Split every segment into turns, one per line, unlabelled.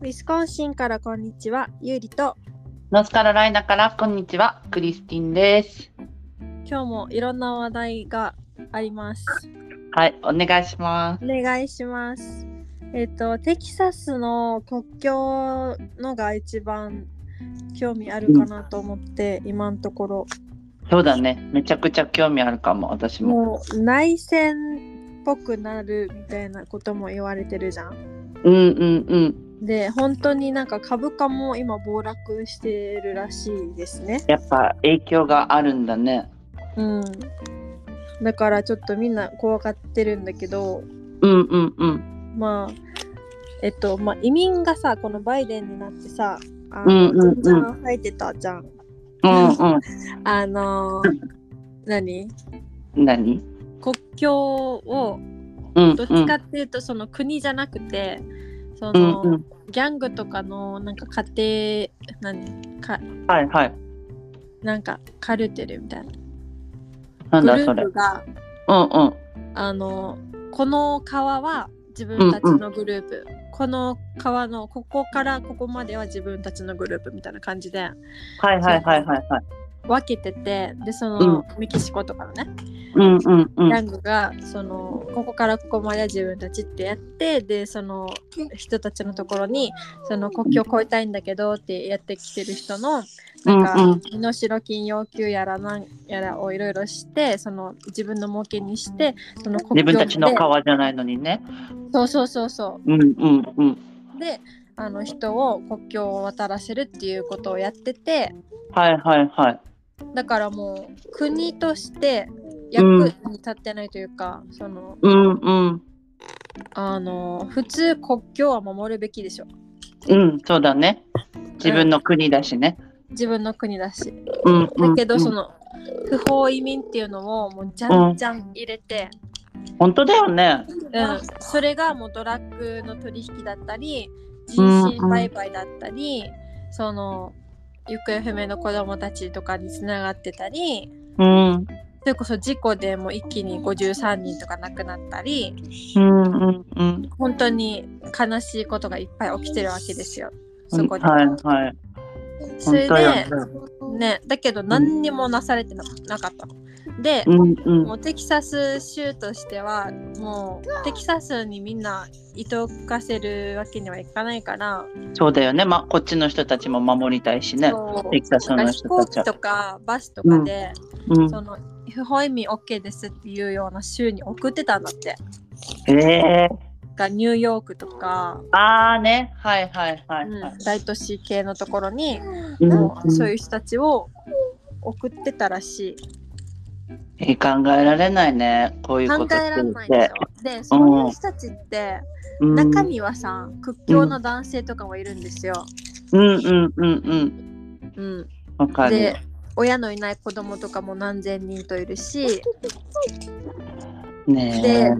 ウィスコンシンからこんにちは、ゆうりと、
ノースカロライナからこんにちは、クリスティンです。
今日もいろんな話題があります。
はい、お願いします。
お願いします。えっ、と、テキサスの国境のが一番興味あるかなと思って、今のところ。
そうだね、めちゃくちゃ興味あるかも、私も。
もう内戦っぽくなるみたいなことも言われてるじゃん。
うんうんうん。
で、本当になんか株価も今暴落してるらしいですね。
やっぱ影響があるんだね。
うん。だからちょっとみんな怖がってるんだけど、
うんうんうん。
まあえっとまあ移民がさこのバイデンになってさあ
うんうんうん
ちゃん入ってたじゃん
うんうん。
あのー何
何
国境を
うんうん。
どっちかっていうとその国じゃなくてそ
うん
の、
うん。
ギャングとかのなんか家庭何か
はいはい。
なんかカルテルみたい
な
なんグ
だ
ル
それ。
ー
うん
プが
うん。
あのこの川は自分たちのグループ、この川のここからここまでは自分たちのグループみたいな感じで、
はいはいはいはいはい。
分けててでその、
うん
メキシコとかのね
うんうんう
ギ
ん。
ャングがそのここからここまでは自分たちってやってでその人たちのところにその国境を越えたいんだけどってやってきてる人のなんか、
うんうん
身の代金要求やらなんやらをいろいろしてその自分の儲けにしてその国
自
境
分たちの
で
川じゃないのにね。
そうそうそうそ
うんうんうん。
うであの人を国境を渡らせるっていうことをやってて、
はいはいはい。
だからもう国として役
うん
に立ってないというか、その
うんうん。
あの普通国境は守るべきでしょ
うん、そうだね。自分の国だしね。
自分の国だし
うんうん、うん。
だけどその、不法移民っていうのをもうじゃんじゃん入れて、
本当だよね。
うんそれがもうドラッグの取引だったり人身売買だったり、その行方不明の子供たちとかにつながってたり
うん。
それこそ事故でもう一気に53人とか亡くなったり。
うんうんうん。
本当に悲しいことがいっぱい起きてるわけですよ。そこで。
はいはい。
そ
本
れ
当よね
で、。ね、だけど何にもなされてななかったの。で、
うんうん。
もうテキサス州としてはもうテキサスにみんないとおかせるわけにはいかないから、
そうだよね。まこっちの人たちも守りたいしね。
そう
テキサス
なん
の
か飛
人
行
たち
機
は。
とかバスとかで、
うん
その不法移民 OK ですっていうような州に送ってたんだって。
ええ
がニューヨークとか、
ああね。はいはいは
う
いはい
ん、。大都市系のところに
うん
もうそう
う
いう人たちを送ってたらし
ん、考えられないね。こうい
いう
こ
考
として
えられ
る
な
っ
いで
て
し。ょでそういう人たちって
うん
中にはさ屈強の男性とかもいるんですよ、
うんうんうんうん。
うん、
わかるよ
で。親のいない子供とかも何千人といるし
ね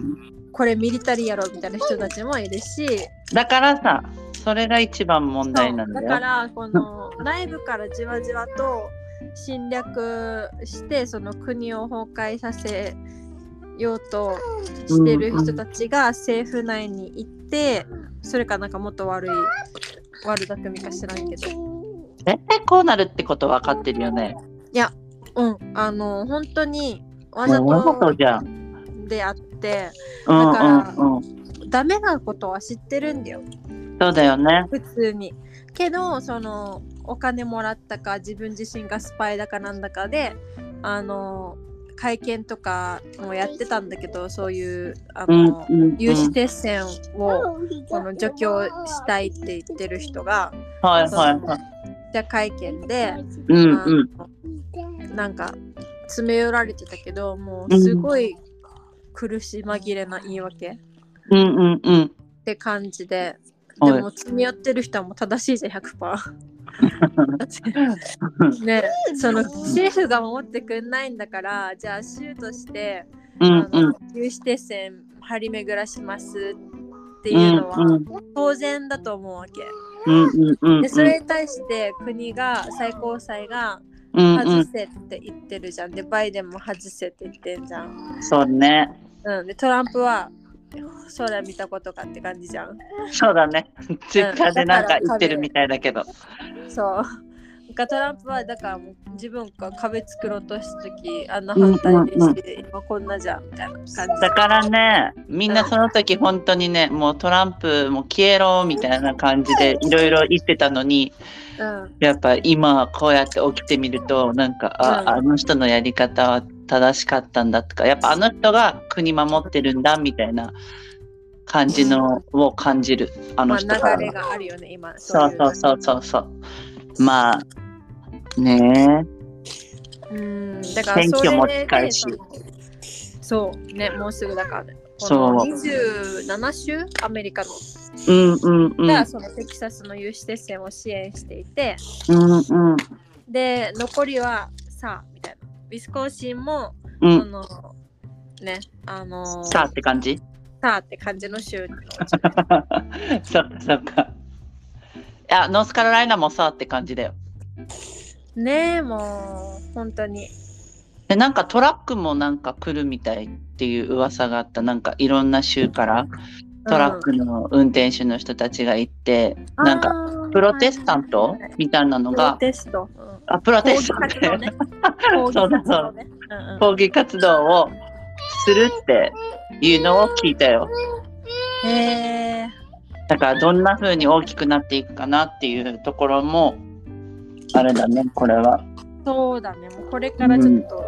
これミリタリーやろみたいな人たちもいるし
え。だからさ、それが一番問題なんだ
だ
よ。
からこの内部からじわじわと侵略してその国を崩壊させようとしてる人たちが政府内に行って、それかなんかもっと悪い悪だくみか知らんけど
絶対こうなるってこと分かってるよね。
うんあの本当にわざ
もうわざと
と
じゃん。
であって
うん
だ
う
から
んうん。
ダメなことは知ってるんだよ
そうだよね。
普通にけどそのお金もらったか自分自身がスパイだかなんだかであの会見とかもやってたんだけどそういうあ
うん
の、
うんうん。
有刺鉄線を
こ
こ
の
の
除
除
去
去
し
したた
い
い
っ
ってて言
言っ
ってて
る
る
人
人
が
が
はいはいはい。
記者会見で
う
で、、
ん
あの
うん。
なんか詰め寄られてたけどもうすごい苦し紛れな言い訳っ
うんうんうん。
て感じで
はい
でも詰め寄ってる人はもう正しいじゃん100%ねその政府が守ってくんないんだからじゃあ州として
うんうん。
有刺鉄線張り巡らしますって
う
いうんの
う
は
ん
当然だと思うわけ
うんうんうん。
でそれに対して国が最高裁が
うんう
外
ん。
せって言ってるじゃんでバイデンも外せって言ってんじゃん
そうね。
うん、でトランプはそうだ見たことかって感じじゃん
そうだね。ツイッターでなんか言ってるみたいだけど。
そうガトランプはだからもう自分が壁作ろうとした時あんな反対で
うんうんう
して、今こんなじゃんみたいな感じ
だからね、みんなその時本当にね、もうトランプも消えろみたいな感じでいろいろ言ってたのに、
うん
やっぱ今こうやって起きてみると、なんか、
うん
ああの人のやり方は正しかったんだとか、やっぱあの人が国守ってるんだみたいな感じのを感じる、あ
ま
の
あ、
人から
流れがあるよね今
そうそうそうそうそう。まあ、ね
ういううんだから
選
そ
挙
れ
も
で
近いし
そのそうねもうすぐだからこの
そう
27州アメリカの
え。うんうんうん。
がそのテキサスの有刺鉄線を支援していて、
うんうん。
で残りはさあみたいなウィスコンシンも、
う
そ
ん。
のねあのー
さあって感じ
さあって感じの州の
そっかそっか。いや、ノースカロライナもさあって感じだよ。
ねえもう本当に
で、なんかトラックもなんか来るみたいっていう噂があった。なんかいろんな州からトラックの運転手の人たちが行って、なんか
か
プロテスタント
はいはいはい
みたいなの
プロ
が、
テスト、うん
あ、プロテスタン
抗議活動
ト
ね
そうだそう
抗
だ
議活動ねうんうん
抗議活動をするっていうのを聞いたよ。
へえ
だからどんな風に大きくなっていくかなっていうところもあれだねこれは。
そうだねもうこれからちょっと、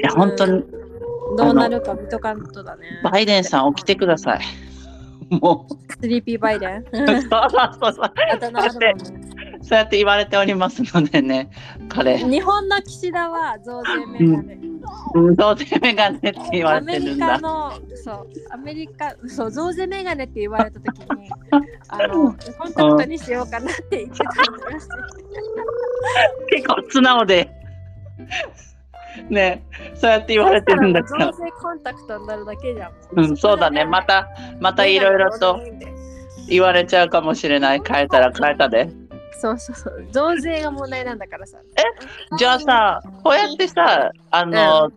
いや本当に
うんどうなるか見とかんとだね
バイデンさん起きてください。 もう
スリーピーバイデン
そうそうそう
あだ名あるもんね
そうやって言われておりますのでね彼
日本の岸田は増税メガネ、
うんどうてメガネって言わ
ア
れて
メ
る
リ
ん
カ
だ。
のそうアメリカそう増税メガネって言われた時 にあのコンタクトにしようかなって言ってたんです
結構素直でねそうやって言われてるんだから
増。税コンタクトになるだけじゃん
うん、そうだね。また、またいろいろと言われちゃうかもしれない。変えたら変えたで。
そうそうそう増税が問題なんだからさ
じゃあさ、こうやってさ、あの、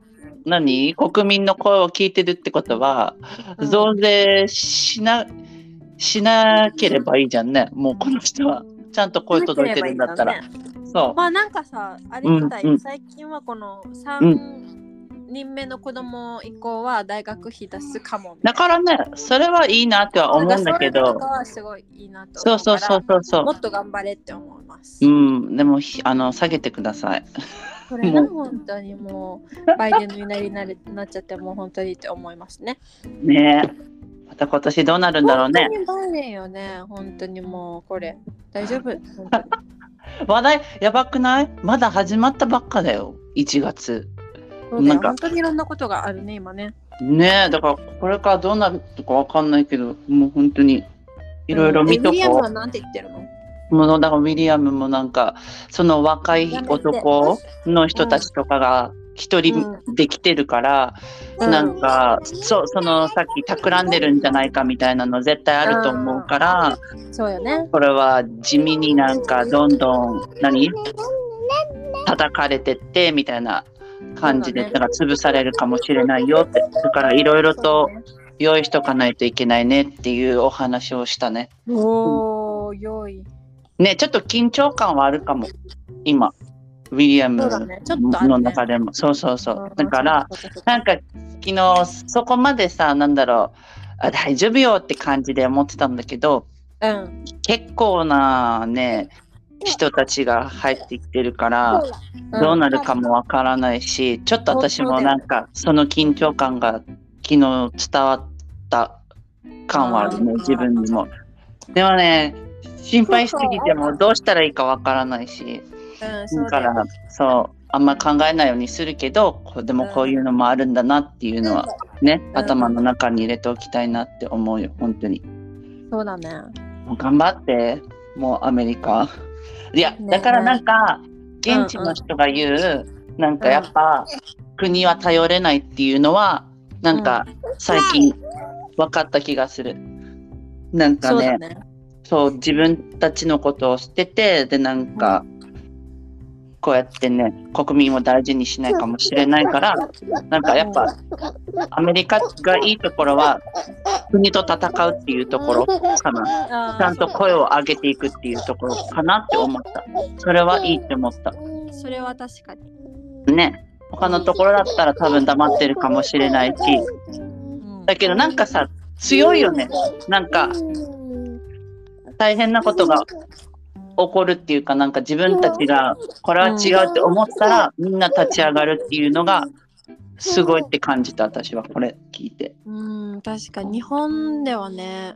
何国民の声を聞いてるってことは、
うん
増税しな、しなければいいじゃんね。もうこの人は、ちゃんと声届いてるんだった
ね
ら。そ
まあなんかさあれみたい、
うんうん
最近はこの3人目の子供以降は大学費出すかもみ
う。だからね、それはいいなっては思うんだけ
なんかそれと
ど
か、はすごいいいなと
そ
思
うそうそうそうそ
もっと頑張れって思います
う。う。ん、でも、ひあの、下げてください。
これが本当にもうバイデンの言いなりになれなっちゃってもう本当にって思いますね。
ねまた今年どうなるんだろう
本当
ね。
にバイデンよね。本当にもうこれ大 丈夫。本当に
話題やばくないまだ始まったばっかだよ1月
そうだ
なん
よ
か
本当にいろんなことがあるね今ね。
ねえだからこれからどうなるとかわかんないけどもう本当にいろいろ見と
うんウィリアム
こ
はなんて言ってるの？
うもうだからウィリアムもなんかその若い
やめて
男の人たちとかが一人できてるから、
うん
なんか、そうそのさっき企んでるんじゃないかみたいなの絶対あると思うから、
そうよね。
これは地味になんかどんどん何叩かれてってみたいな感じで
そう
だ
だ
から潰されるかもしれないよってだからいろいろと用意しとかないといけないねっていうお話をしたね
おお良い。
ねちょっと緊張感はあるかも今ウィリアム
そうだねちょっとあるね
の中でもそうそうそうだから
そうそうそう
なんか昨日そこまでさなんだろうあ大丈夫よって感じで思ってたんだけど
うん。
結構なね人たちが入ってきてるからどうなるかもわからないしちょっと私もなんかその緊張感が昨日伝わった感はあるね
あー
自分にも。でもね心配しすぎてもどうしたらいいかわからないし
うん。うん、そ
だ
う
か
だよ
らそうあんま考えないようにするけどこうでもこういうのもあるんだなっていうのはね
ん
頭の中に入れておきたいなって思うよ本当に。
そうだね。
もう頑張ってもうアメリカいや
ね
だからなんか現地の人が言う、なんかやっぱ、国は頼れないっていうのはなんか最近分かった気がするなんか
そうだ
ね
ね。
そう自分たちのことを捨ててでなんか、こうやってね国民を大事にしないかもしれないからなんかやっぱアメリカがいいところは国と戦うっていうところかなちゃ
あ
んと声を上げていくっていうところかなって思ったそれはいいって思った
ーそれは確かに。
ね他のところだったら多分黙ってるかもしれないし
うん
だけどなんかさ強いよねなんか大変なことが起こるっていうかなんか自分たちがこれは違うって思ったらみんな立ち上がるっていうのがすごいって感じた私はこれ聞いて
うん、確かに日本ではね、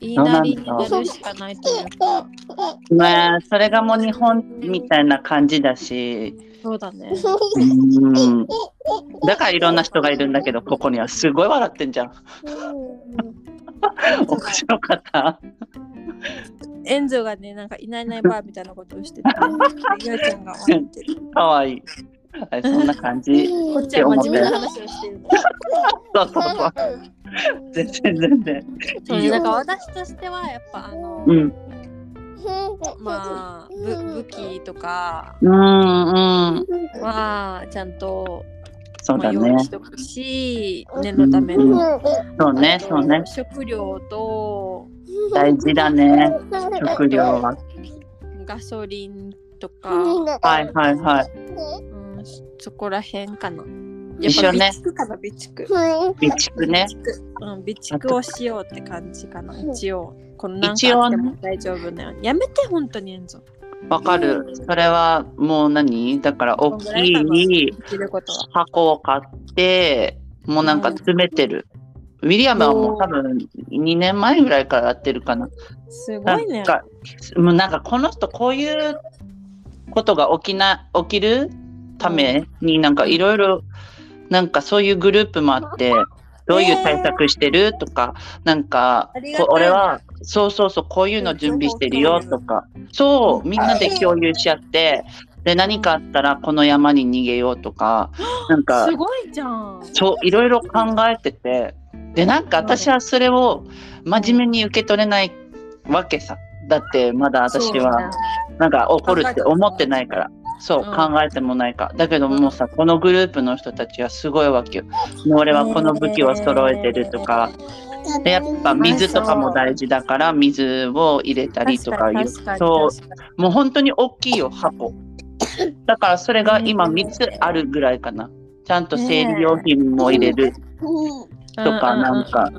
言いなりになるしかないというか、
まあそれがもう日本みたいな感じだし
そうだね。
うんだからいろんな人がいるんだけどここにはすごい笑ってんじゃん面白かった
エンゾがね、なんかいないいないばーみたいなことを してて、ヨイちゃんが笑ってる。
かわいいはいそんな感じ
こっちは真面目な話をしてるの。
そうそう そう全然全然
そうね、なんか私としてはやっぱあの、
うん
まあぶ武器とか
うんうん
はちゃんと、
そう
まあ、
だ
用意
ね
しとくし、念のための。
そうねそうね
食料と
大事だね食料は
ガソリンとか、
はいはいはい
うん、そこら辺かな。
一緒ね
やっぱ備蓄かな備蓄。
備蓄ね
うん、備蓄をしようって感じかな。一応。このなん
一
かあ
応
っ
ね
ても大丈夫なように。やめて、本当にエンゾ。
わかるそれはもう何だから大きい
できることは。
箱を買ってもうなんか詰めてる、ウィリアムはもう多分2年前ぐらいからやってるかな
すご
ない
ね
ん。かもうなんかこの人こういうことが起きな起きるためになんかいろいろなんかそういうグループもあってどういう対策してるとかなんか
ありがた
こ
い
俺はそうそうそうこういうの準備してるよとかそうみんなで共有し合ってで何かあったらこの山に逃げようとかなんか
すごいじゃん。
そういろいろ考えててでなんか私はそれを真面目に受け取れないわけさだってまだ私はなんか怒るって思ってないからそ
う
う
ん
考えてもないからだけどもうさこのグループの人たちはすごいわけよもう俺はこの武器を揃えてるとかでやっぱ水とかも大事だから水を入れたりとかいう
確かに
そう
確かに
もう本当に大きいよ箱だからそれが今3つあるぐらいかなちゃんと生理用品も入れるとか
うんうんうん
なんか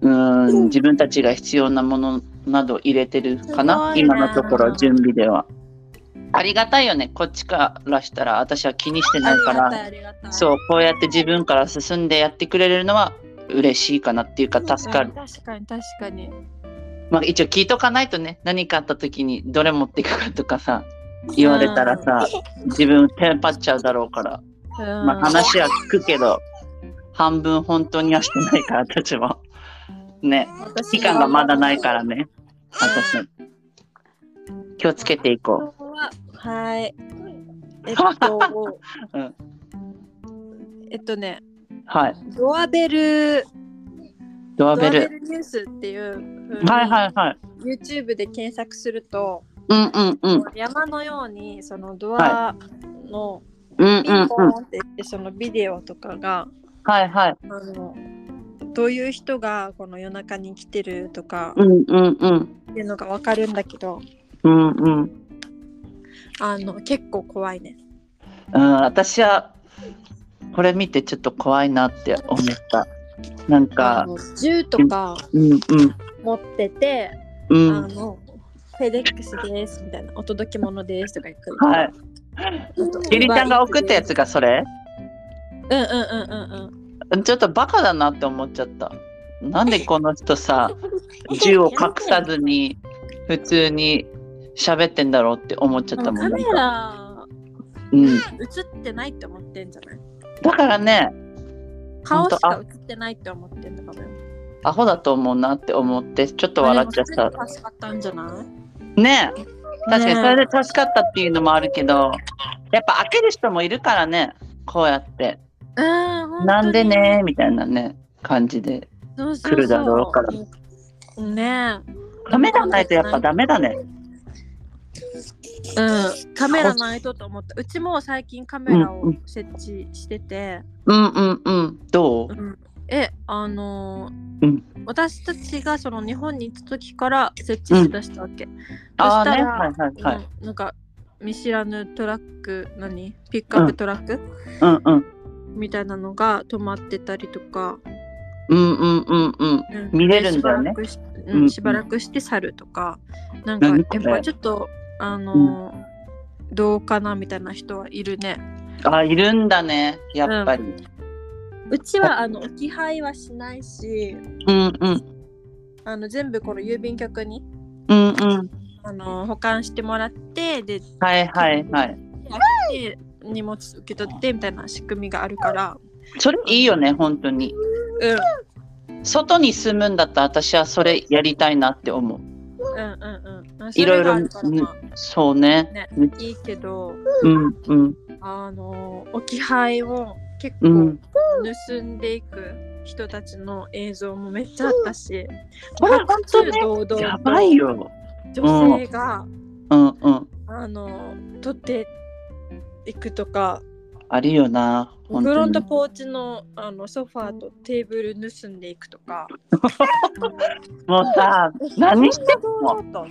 うーん自分たちが必要なものなど入れてるか
す
な、
ごいな
今のところ準備では。ありがたいよねこっちからしたら私は気にしてないか
ありがたい
ら
ありがたい
そうこうやって自分から進んでやってくれるのは嬉しいかなっていうか助かる
う、ん確かに確かに
まあ、一応聞いとかないとね何かあった時にどれ持っていくかとかさ言われたらさ自分テンパっちゃうだろうから、
うん
まあ、話は聞くけど半分本当にはしてないから私もね期間がまだないからね。私。気をつけていこ
今日ははいえっと、
うん
えっとね
う。はい。
ドアベル
ド
ド
アベル。
ニュースっていう風に
はいはいはい。
YouTube で検索すると、
うんうんうん。
山のようにそのドアの
うん
ピ
うんう
ン
ん
ポー。ンって言ってそのビデオとかが
はいはい。
あのどういう人がこの夜中に来てるとか
うんうんうん。
っていうのがわかるんだけど
うんうん。
あの結構怖いね。
うん、私は、これ見てちょっと怖いなって思った。なん
あ
か、
の銃とか
うんうん
持ってて、
う
あ
ん。
のフェデックスですみたいなお届け物ですとか言ってる。
はい。ゆりちゃんが送ったやつがそれ
うんうんうんうんうん。
ちょっとバカだなって思っちゃった。なんでこの人 さ、銃を隠さずに、普通に喋ってんだろうって思っちゃったもん
カメ
なんか
ラ
うん。
映ってないって思ってんじゃない
だからね、
顔しか映ってないって思ってんだから。
アホだと思うなって思って、ちょっと笑っちゃっ
あ
た
れ。も助かったんじゃない
ねえ確かに
ね
それで助かったっていうのもあるけど、やっぱ開ける人もいるからね、こうやって。
うん、。
なんでねみたいなね、感じで。来るだろうから
ねえ。
カメラないとやっぱダメだね。
うん、カメラないとと思ったうちも最近カメラを設置してて、
うんうんうん。どう
うんえあのー
うん
私たちがその日本に行った時から設置しだしたわけ、そ
あ
し
あ
た
ね。
ら
はいはいはい。
うんなんか見知らぬトラック何ピックアップトラック、
うんうん。
みたいなのが止まってたりとか、
うんうんうんうん。
うん
見れるんだよね
でしばらくし
うん
う
うん
ん、しばらくして去るとか、なんかや
何
っ
これ
ぱちょっとあのーどうかなみたいな人はいるね
あ、いるんだね。やっぱり。
うちはあの置き配はしないし
うんうん。
あの全部この郵便局に
うんうん。
あの保管してもらってで
はいはいはい。
で荷物受け取ってみたいな仕組みがあるから、
それいいよね、本当に。
うん、
外に住むんだったら私はそれやりたいなって思う。
うんうんうんうん
いろいろ
それがあるからま
そうね
あ。ね
うん
いいけど
うんうん。
あの置き配を結
うん
構盗んでいく人たちの映像もめっちゃあったし、
これ本当ね
白昼堂
や
々
ばいよ。
と女性が、
うんうん。
あの撮っていくとか
あるよな。本
フロ
当
ン
に
トポーチのあのソファーとテーブル盗んでいくとか
もうさ、何してんの
んの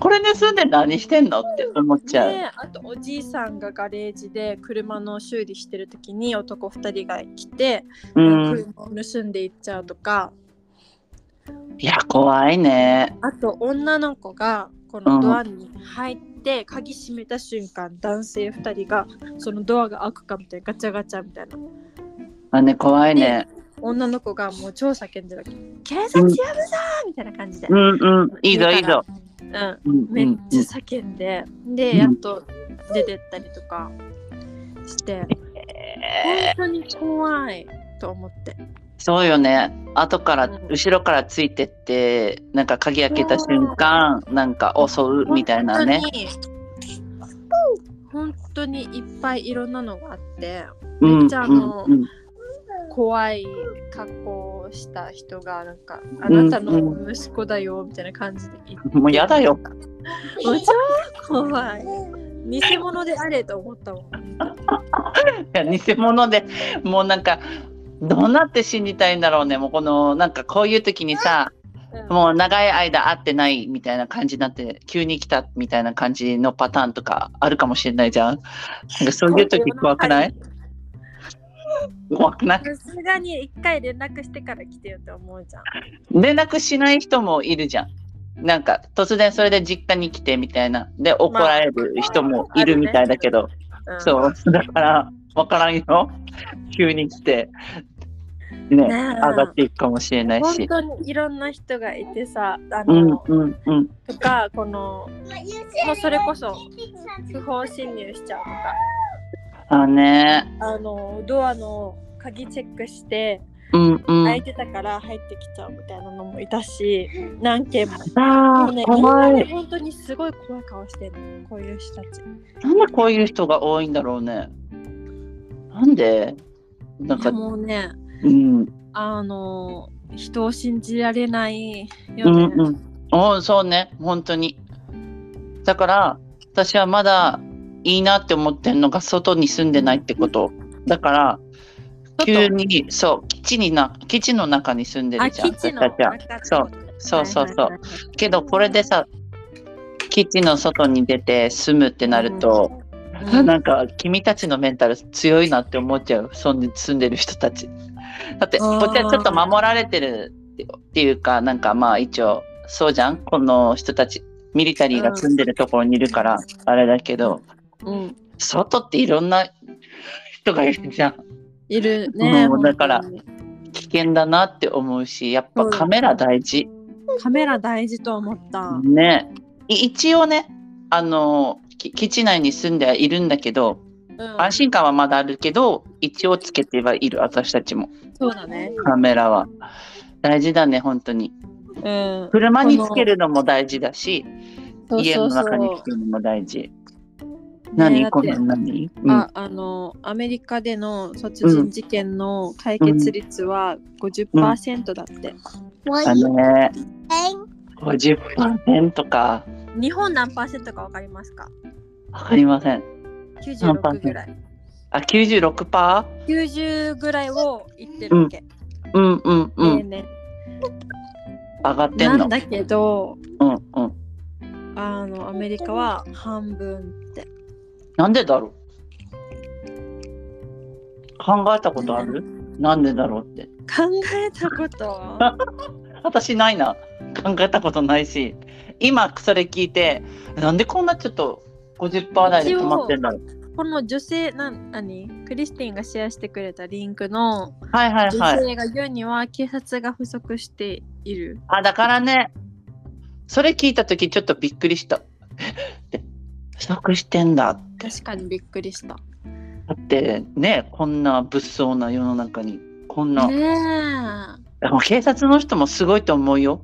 これ盗んで何してんのって思っちゃう。
ね、あとおじいさんがガレージで車の修理してる時に男2人が来て、
うん。
車を盗んでいっちゃうとか
いや、怖いね。
あと女の子がこ
うん
のドアに入って鍵閉めた瞬間男性2人がそのドアが開くかみたいなガチャガチャみたいな
あね、怖いね。
女の子がもう超叫んでるわけ警察呼ぶぞーみたいな感じで、
うんうん。いいぞ、
言
いいう
から
ぞ。
うん、
うんうん
めっ
う
ちゃ
ん
叫んで、
うん
でやっと出てったりとかして。
え
本
ー
当に怖いと思って。
そうよね。後から、
うん
後ろからついてって、なんか鍵開けた瞬間、なんか襲うみたいなね。
本当に。本当にいっぱいいろんなのがあって、
うんう
め
ん
っちゃあの
うん。
怖い格好をした人が、なんか、あ
うん
なたの息子だよみたいな感じで言って、
もうやだよ。
もう超怖い。偽物であれと思ったもん。
いや偽物でもうなんかどうなって死にたいんだろうねもうこのなんかこういう時にさ
うん
もう長い間会ってないみたいな感じになって急に来たみたいな感じのパターンとかあるかもしれないじゃんなんかそういう時怖くない怖くない
さすがに一回連絡してから来てよって思うじゃん。
連絡しない人もいるじゃんなんか突然それで実家に来てみたいなで怒られる人もいるみたいだけ
う
ど、
ん
そう だから分からんよ 急に来てね
ねえ
上がっていくかもしれない
本
し。
当にいろんな人がいてさ、あ
うん
の、
うんうん。
とか、この、もうそれこそ不法侵入しちゃうとか、
あね。
あのドアの鍵チェックして
うんうん。
開いてたから入ってきちゃうみたいなのもいたし、何件も。
あ
もうね
ー、
みんな
怖
ね
い。
本当にすごい怖い顔してるのこういう人たち。
なんでこういう人が多いんだろうね。なんでなん
いや
か、
もうね、
うん、
あの、人を信じられないよ
う
ね。
んうん。おうそうね、本当に。だから、私はまだいいなって思ってるのが、外に住んでないってこと。だから、急に、そう、基地にな、基地の中に住んで
あ、
るじゃん、
基
私
地の
たちは。そう、そうそうそうけど、これでさ、基地の外に出て住むってなると、
うん
なんか、君たちのメンタル強いなって思っちゃう、そんで住んでる人たち。だって、
あー
こっちはちょっと守られてるっていうか、なんかまあ一応、そうじゃんこの人たち、ミリタリーが住んでるところにいるから、あれだけど、
うん、
外っていろんな人がいるじゃん。
いるね。
うんだから
本当に
危険だなって思うし、やっぱカメラ大事。
カメラ大事と思った。
ね。い一応ね、あの、き基地内に住んではいるんだけど、
うん
安心感はまだあるけど、一応つけてはいる、私たちも。
そうだね。
カメラは。大事だね、本当に。
うん。
車につけるのも大事だし、
そうそうそう
家の中につけるのも大事。何
ね
こ
だ
の
って
何うん
ああのアメリカでの殺人事件の解決率は50%だって。
あのね、50%か。
日本何パーセントかわかりますか
わかりません。
?96 ぐらい。
あ、96%? パ
90ぐらいを言ってるわけ。
ーうんうんう
例
ん。
年
上がってん
な
の
ん。だけど、
うんうん。
あのアメリカは半分って。
なんでだろう考えたことあるなんでだろうって。
考えたことは
私ないな。考えたことないし。今それ聞いて、なんでこんなちょっと50%台で止まってんだろう。
この女性なん何クリスティンがシェアしてくれたリンクの
はいはいは
女
い。
性が言うには警察が不足している。
あ、だからね。それ聞いたときちょっとびっくりした。 えって不足してんだって。
確かにびっくりした。
だってね、こんな物騒な世の中に、こんな。
ねえ。
でも警察の人もすごいと思うよ。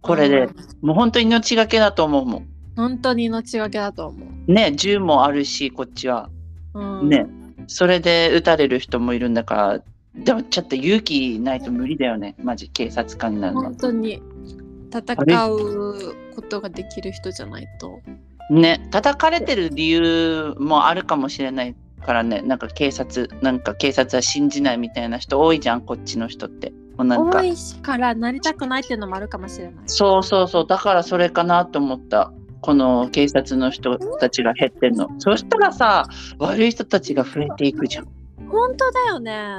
これで
うん。
もう本当に命がけだと思うもん。
本当に命がけだと思
ね、銃もあるし、こっちは。
う。うん、
ね、それで撃たれる人もいるんだから、でもちょっと勇気ないと無理だよね、マジ警察官になるの
本。当に戦うことができる人じゃないと。
ね、叩かれてる理由もあるかもしれないからね、なんか警察、なんか警察は信じないみたいな人多いじゃん、こっちの人って。もうなん
多
か。
いしからなりたくないっていうのもあるかもしれない。
そうそうそう、だからそれかなと思った。この警察の人たちが減ってんの。そしたらさ、悪い人たちが増えていくじゃんっ
本当だよね。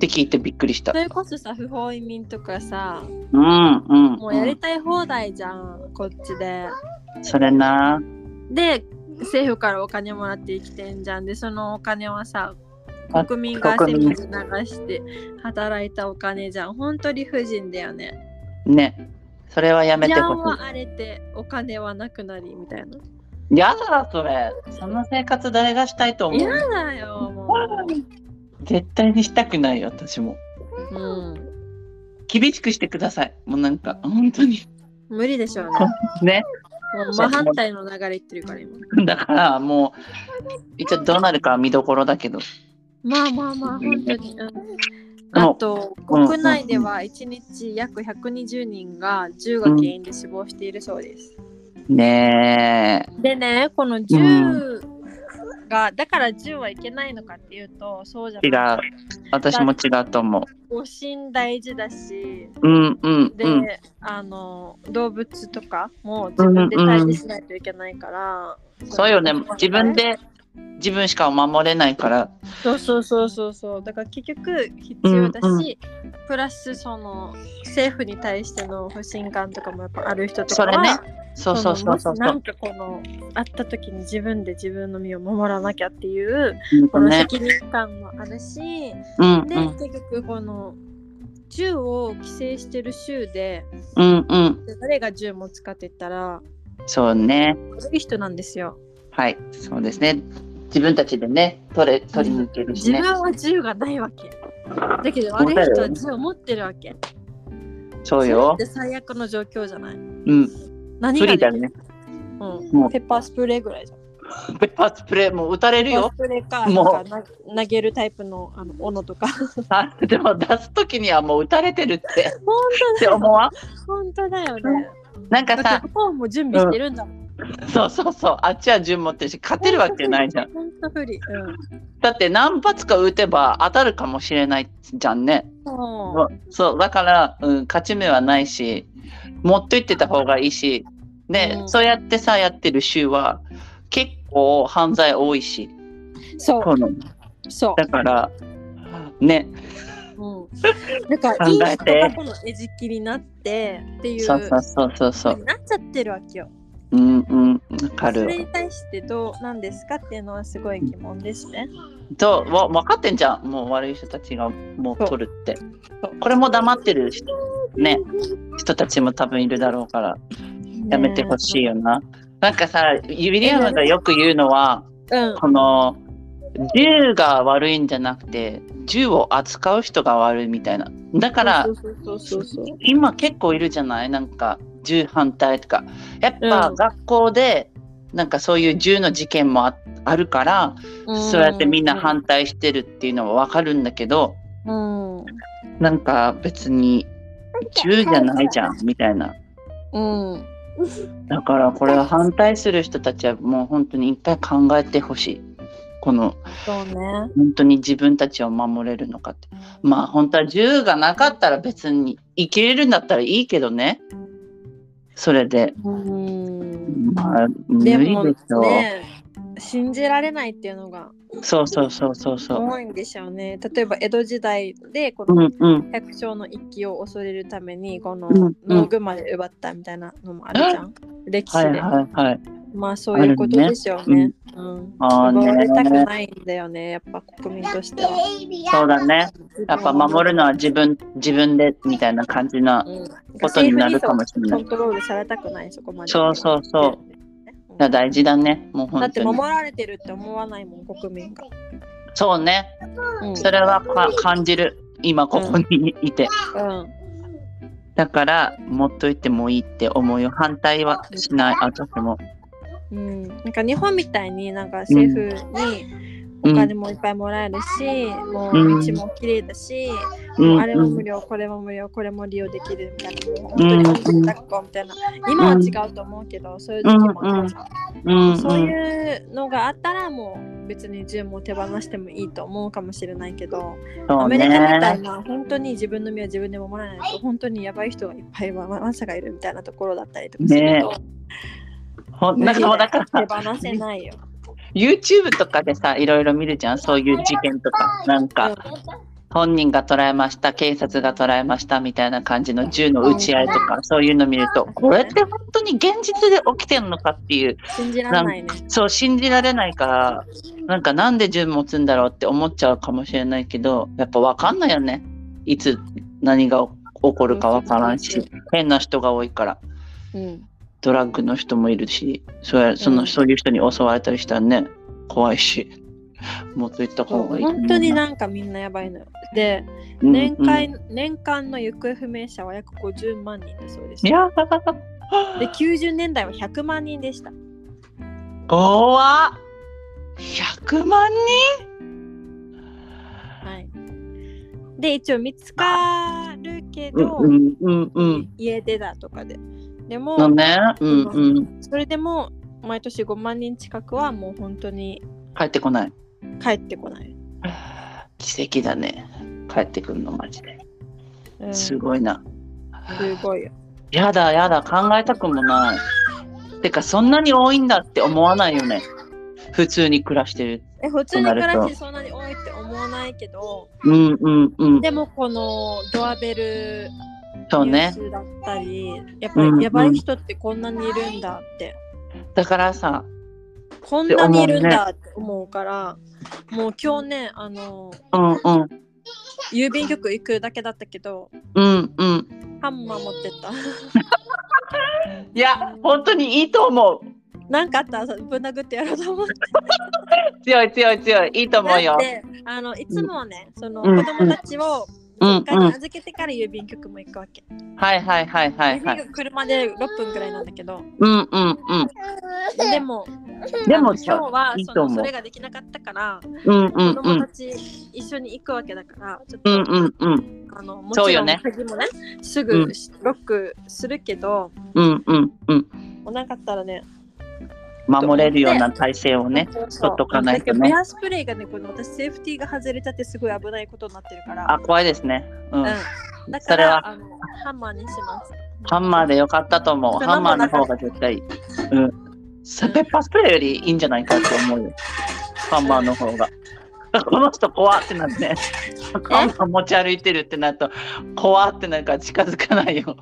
て聞いてびっくりした。
それこそさ不法移民とかさ
うんうん、
もうや
う
り
ん。
たい放題じゃん、こっちで。
それな。
で政府からお金もらって生きてんじゃんでそのお金はさ
あ
国民が汗
国
水
民
流して働いたお金じゃん本当理不尽だよね。
ね。それはやめ
治
て
安
ほし
は荒れてお金はなくなりみたいな。
い。やだ、それ。そんな生活誰がしたいと思
嫌
う。
だよも
絶対にしたくないよ、私も。
う。うん
厳しくしてください。もうなんか、本当に。
無理でしょうね。
ね。
もう真反対の流れいってるから今。
だからもう、一応どうなるかは見どころだけど。
まあまあまあ本当に。うん
でも
あと
うん
国内では1日約120人が銃が原因で死亡しているそうです。
ねえ。
でねこの銃が、だから銃はいけないのかっていうとそうじゃ
違
な
う
い。。
私も違うと思う。
護身大事だし
うんうん
で、
うん。
あの動物とかも自分で退治しないといけないから、
そうよね。自分で自分しか守れないから。
そうそうそうそうそうだから結局必要だし、
うんう
プラスその政府に対しての不信感とかもやっぱある人とか
そ
は
れね。そうそう
の
そ
も
う
し
そう。
なんかこのあった時に自分で自分の身を守らなきゃっていう
うん
ことの
ね。
責任感もあるし、
うんう
で
ん
結局この銃を規制してる州で
うんうん。
誰が銃持つかって言ったら
そうね。
悪い人なんですよ。
はい。そうですね。自分たちでね、取れ取り抜けるし
自
ね。
分は銃がないわけ。だけど
そ
悪
う
い
だよ
人は銃を持ってるわけ。
そうよ
そ。れって最悪の状況じゃない。
うん。
何
不
がで
利
き
だ
る
ね。
うん
もう
ペッパースプレーぐらいじゃん。
ペッパースプレーもう撃たれる
ペッパー
よ
ス。プレーか
もう
なんかな投げるタイプのあの斧 とか。
あでも出す時にはもう撃たれて るって
本
って思わん。
本当だよね。
なんか
だっ
さ
て、向こうも準備してるんだもん。
そうそうそう。あっちは順持ってるし、勝てるわけないじゃん。
本当不利。うん。
だって何発か撃てば当たるかもしれないじゃんね。
そ
そうそうだから、うん、勝ち目はないし持っといてた方がいいし、ね
うん
そうやってさやってる州は結構犯罪多いし
う。そ
この
う。そう。
だからね
うん、だからいい
考え
人
て
がこの餌食になってっていう
そうそうそうそうそ
風
う
になっちゃってるわけよ。
うんうんわか
それ
る
に対してどうなんですかっていうのはすごい疑問ですね。
そうわ分かってんじゃんもう悪い人たちがもう取るって
そう
これも黙ってる人ね人たちも多分いるだろうからやめてほしいよな、なんかさユビリアムがよく言うのは、
うん。
この銃が悪いんじゃなくて銃を扱う人が悪いみたいなだから
そうそうそうそうそう。
今結構いるじゃないなんか銃反対とかやっぱ
うん
学校でなんかそういう銃の事件もああるから、そうやってみんな反対してるっていうのはわかるんだけど
うん。う。
なんか別に銃じゃないじゃんみたいなんだからこれは反対する人たちはもう本当にいっぱい考えてほしい。この
そうね。
本当に自分たちを守れるのかって。まあ本当は銃がなかったら別に生きれるんだったらいいけどね。それで。
うん。
まあ無
で
理で
も
しょ。
ね、信じられないっていうのが
そうそうそうそうそう。
多いんでしょうね。例えば江戸時代でこ
う
の
んうん。
百姓の一揆を恐れるためにこの
うんうん
農具まで奪ったみたいなのもあるじ ゃん。歴史
はい
で。
はいはい。
まあそういうことですよね。うん。
あーね
奪われたくないんだよね、やっぱ国民としては。
そうだね。やっぱ守るのは自分自分でみたいな感じな。
うん
ことになるかもしれない
政府にそうコントロールされたくない、そこまで。
そうそうそう
うん。
いや大事だね。もう
だ
本
って
当に
守。られてるって思わないもん、国民が。
そうね。
うん。
それはか感じる。今ここにいて。
うん
だから持っといてもいいって思いを反対はしない私も。
うん、なんか日本みたいになんか政府にお金もいっぱいもらえるし、も
うん
う道も綺麗だし、
うん
あれも無
理
料、これも無料、これも利用できるみたいな、もう本当に本当に抱っこみたいな、今は違うと思うけど、そういう時期もあるじゃん
うん
そういうのがあったらもう別に銃も手放してもいいと思うかもしれないけど、
そ
ア
う
メリカみたい
ね。
な本当に自分の身は自分で守らないと本当にやばい人がいっぱいわわんさがいるみたいなところだったりとかすると、
ほんなんかもうだから
手放せないよ。
YouTube とかでさいろいろ見るじゃんそういう事件とかなんか本人が捕らえました警察が捕らえましたみたいな感じの銃の撃ち合いとかそういうの見るとこれって本当に現実で起きてるのかっていう
信じられないね。
そう信じられないからなんかなんで銃持つんだろうって思っちゃうかもしれないけどやっぱ分かんないよねいつ何が起こるか分からんし変な人が多いから
うん、
ドラッグの人もいるしそれその、
うん
そういう人に襲われたりしたらね怖いし持っといた方がいいと思う
本当になんかみんなやばいのよ。で、
うん
年間,、
うん
年間の行方不明者は約50万人だそうです
い。や
で、90年代は100万人でした。
怖っ100万
はい、で、一応見つかるけ
人
ど、
うんうんうん
家出だとかで。でも、
のねうんうん
それでも毎年5万人近くはもう本当に
帰ってこない
帰ってこない。
奇跡だね帰ってくるのマジで
うん、
す
す
ごいな
ごいよ。
やだやだ考えたくもないてかそんなに多いんだって思わないよね普通に暮らしてる
え普通に暮らしてそんなに多いって思わないけど、
うんうんうん
でもこのドアベル
そうね
ニュースだったり、やっ
う
ぱ
んうん
りやばい人ってこんなにいるんだって、
だからさ、
こんなにいるんだって思うから、もう今日ね、あの
うんうん、
郵便局行くだけだったけど、
うんうん。
ハンマー持ってった。
いや、本当にいいと思う。
なんかあったらぶん殴ってやろうと思 って。
強い強い強い、いいと思うよ
だっ。てあのいつもはね、その
うん
子供たちを
うん
実家に預けてから郵便局も行くわけ。
はいはいはいはい
郵便
はい。
局車で6分くらいなんだけど、
うんうんうん。
でも
でも
あの今日は
そういい
そ
と
の
思う
それができなかったから、
うんう
子
んう
供
ん
た。ち一緒に行くわけだから、ちょっ
う
と、
んうんうん
あのも
そう
ち
よ
ろん
ね
鍵もね、すぐ
うん
ロックするけど、
うんうんうん。
もうなかったらね、
守れるような体制をね。
そう
取っとかないとね
だけどフラスプレーがね、この私セーフティーが外れちゃってすごい危ないことになってるから、
あ、怖いですね。うん。
うん、だ
そ
か
れ
ら
は
あのハンマーにします。
ハンマーでよかったと思う。ハンマーの方が絶対いい。うん。さペッパースプレーよりいいんじゃないかって思うよ。ハンマーの方が。この人怖ってなって、ハンマー持ち歩いてるってなると、怖ってなるから近づかないよ。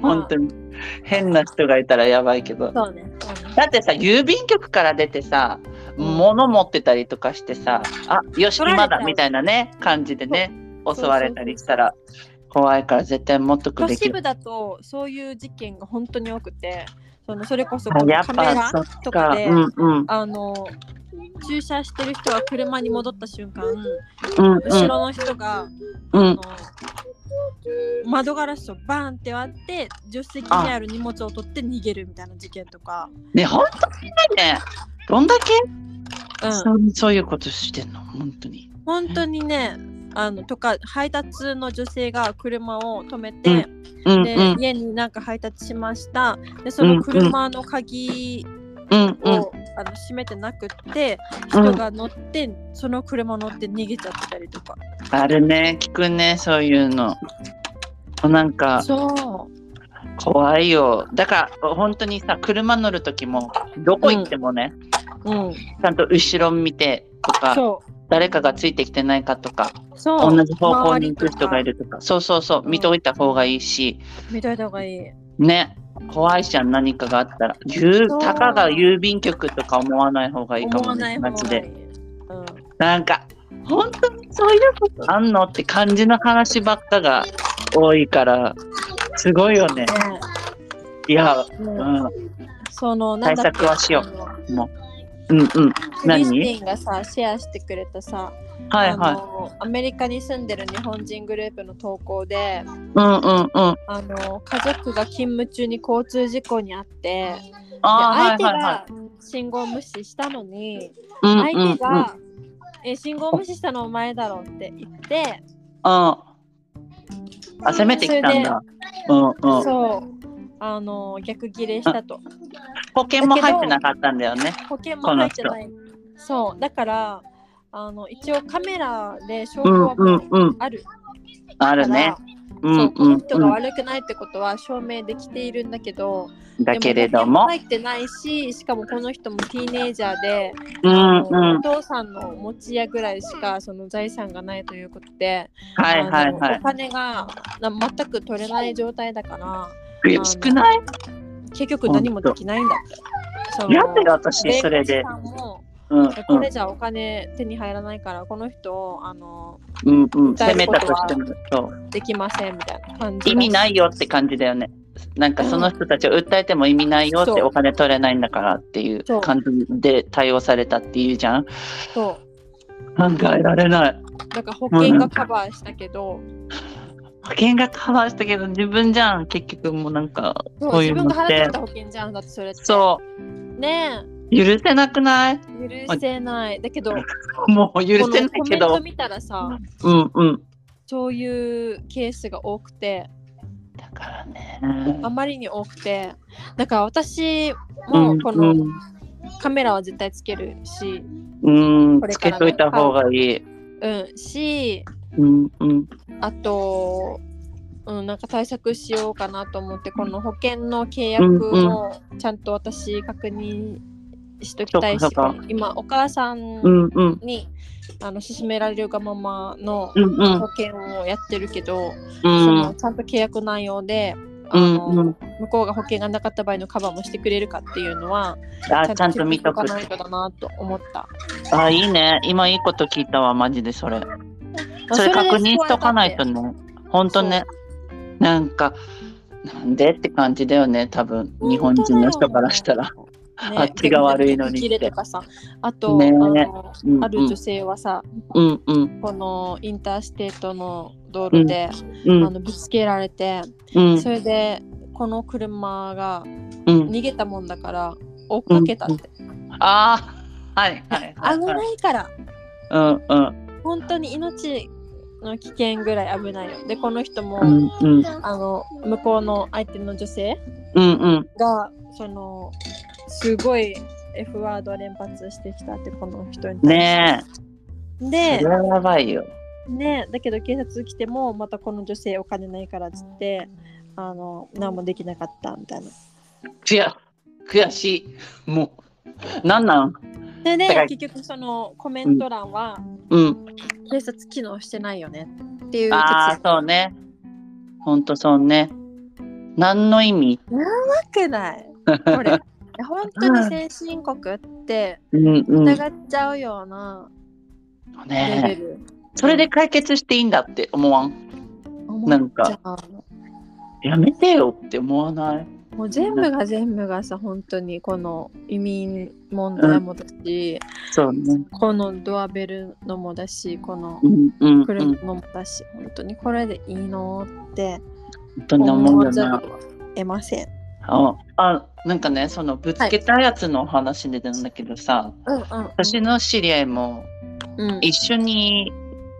本当に。変な人がいたらやばいけど。
そうね。
だってさ、郵便局から出てさ、物持ってたりとかしてさ、あよし、
取られ
今
ちゃう
だみたいなね、感じでね、
そ
襲
う
われたりしたら怖いから絶対持っとく
都
べ
市
き。
部だとそういう事件が本当に多くて、そのそれこそ
あ
この
やっ
カメ
ぱ
ラ
そ
と
っ
か
か、
で、
うんうん
あの駐車してる人が車に戻った瞬間、
うんうん
後ろの人が、
う
あ
ん
の窓ガラスをバーンって割って助手席にある荷物を取って逃げるみたいな事件とか、
ね本当にねどんだけ、
うん、
そうそういうことしてんの本当に
本当にねあのとか配達の女性が車を止めて、
うん
で
うん
家になんか配達しましたでその車の鍵
うん
を、
うん
あの閉めてなくって
う
人
ん
が乗って、その車乗って逃げちゃってたりとか
あるね聞くねそういうのなんか
そう
怖いよだから本当にさ車乗る時もどこ行ってもね、
うん
ちゃんと後ろ見てとか
そ
誰かがついてきてないかとか
うそう
同じ方向に行く人がい
る
るとかそうそうそう見といた方がいいし
見といた方がいい
ね怖いじゃん何かがあったらゆ
そう
たかが郵便局とか思わない方がいいか
思
も
わな
ね
い方
マジ
がいい、
で
うん、
なんか本当にそういうことあんのって感じの話ばっかが多いからすごいよね
ね
いや
う
うんん
そのなん
対
だっ
策はし
け
よ
あ
うもううんう
の
ん
クリステ
何
ィンがさシェアしてくれたさ、
はい
あ
は
のアメリカに住んでる日本人グループの投稿で
いうんうんうん
あの家族が勤務中に交通事故にあってで相
あー
手
はいはいはい
が信号無視したのに、
うんうん
相
う
手
ん
が、え信号無視したのお前だろって言って、
ああ攻めてきたんだうんうん
そうあの逆ギレしたと
保険も入ってなかったんだよね
保険も入ってないそうだからあの一応カメラで証
う
拠
ん
は
う
も
ん
う
うん
ある
あ
か
るね
ら
う
そ
ん
うこ
う
の
ん
人が
う
悪くないってことは証明できているんだけど、
んだけれ
で
ど
も保険
も
入ってないし、しかもこの人もティーネイジャーで、
うん
あの
う
お
ん
父さんの持ち家ぐらいしかその財産がないということで、
はいはい
あ
は
のお
い
金がな全く取れない状態だから、
え少ない
結局何もできないんだって。その
やってる私それで
弁護士さんも
うんうん
これじゃお金手に入らないから、この人をあの
うんうん
訴え
攻
る
め
こ
た
と
と
は
してもそう
できませんみたいな感じ
意味ないいよって感じだよねなんかその人たちを訴えても意味ないよっ
そう
てお金取れないんだからっていう
そう
感じで対応されたっていうじゃん
と。
考えられない
だから保険がカバーしたけど、
保険がカバーしたけど自分じゃん結局もうなんか
そう
そうい
自
う
分
の
が払
っ
って
て
きた保険じゃんだってそれって。。
そう
ね
う許せなくない
え、許せない。だけど、こ
もう許
のコ
せ
メ
な
ン
いけど
ト見たらさ、
うんうん
そういうケースが多くて、
だからね
あまりに多くて、だから私もこ
う
の
ん
カメラは絶対つけるし、
うんうん
これ
つ
か
け
ら
といた方がいい
うん、し、
うんうん
あと、うん、なんか対策しようかなと思ってこの保険の契約をちゃんと私確認しときたいし、
そっかそっ
今お母さん
うんうん
に、あの勧められるがままの
うんう
保
ん
険をやってるけど、
う
そ
ん
のちゃんと契約内容で、あ
うん
の
うん
向こうが保険がなかった場合のカバーもしてくれるかっていうのは
あちゃんと見と
か
く
ないとだなと思った。
あいいね今いいこと聞いたわマジでそれそれ確認しとかないとね本当ねなんかなんでって感じだよね多分日本人の人からしたら。
ね
あっちが悪いのにっ
逆
て
切れとかさあと、
ねえ
あの
うん
ある女性はさ、
うんうん
このインターステートの道路で、
う
あ
ん
のぶつけられて、
うん
それでこの車が
うん
逃げたもんだから追っかけたって、
ああはいはいはい
危
はい
ないから
うんうん
本当に命の危険ぐらい危ないよでこの人も、
うんうん
あの向こうの相手の女性
うんうん
がそのすごい F ワード連発してきたってこの人に対して
ねえ
で
それはやばいよ
ねだけど警察来てもまたこの女性お金ないからっつってあの何もできなかったみたいな。
悔悔しいもうなんなん
で
だ
ね
から
結局そのコメント欄は、
うん
警察機能してないよねっていう
ああ
結
そうねほんとそうね何の意味
くないこ れいや本当に先進国って
うんうん
疑っちゃうようなレベ
ねえ
ル、
それで解決していいんだって思わん
思っちゃ
やめてよって思わないう
もう全部が全部がさ本当にこの移民問題もだし、
そうね
このドアベルのもだしこの、
うんうんう
車
ん
もだし、本当にこれでいいのって
本当に思
思
う
わ
よ
ざる
な
を得ません。
ああなんかねそのぶつけたやつのお話でなんだけどさ、
うんうん
私の知り合いも
うん。
一緒に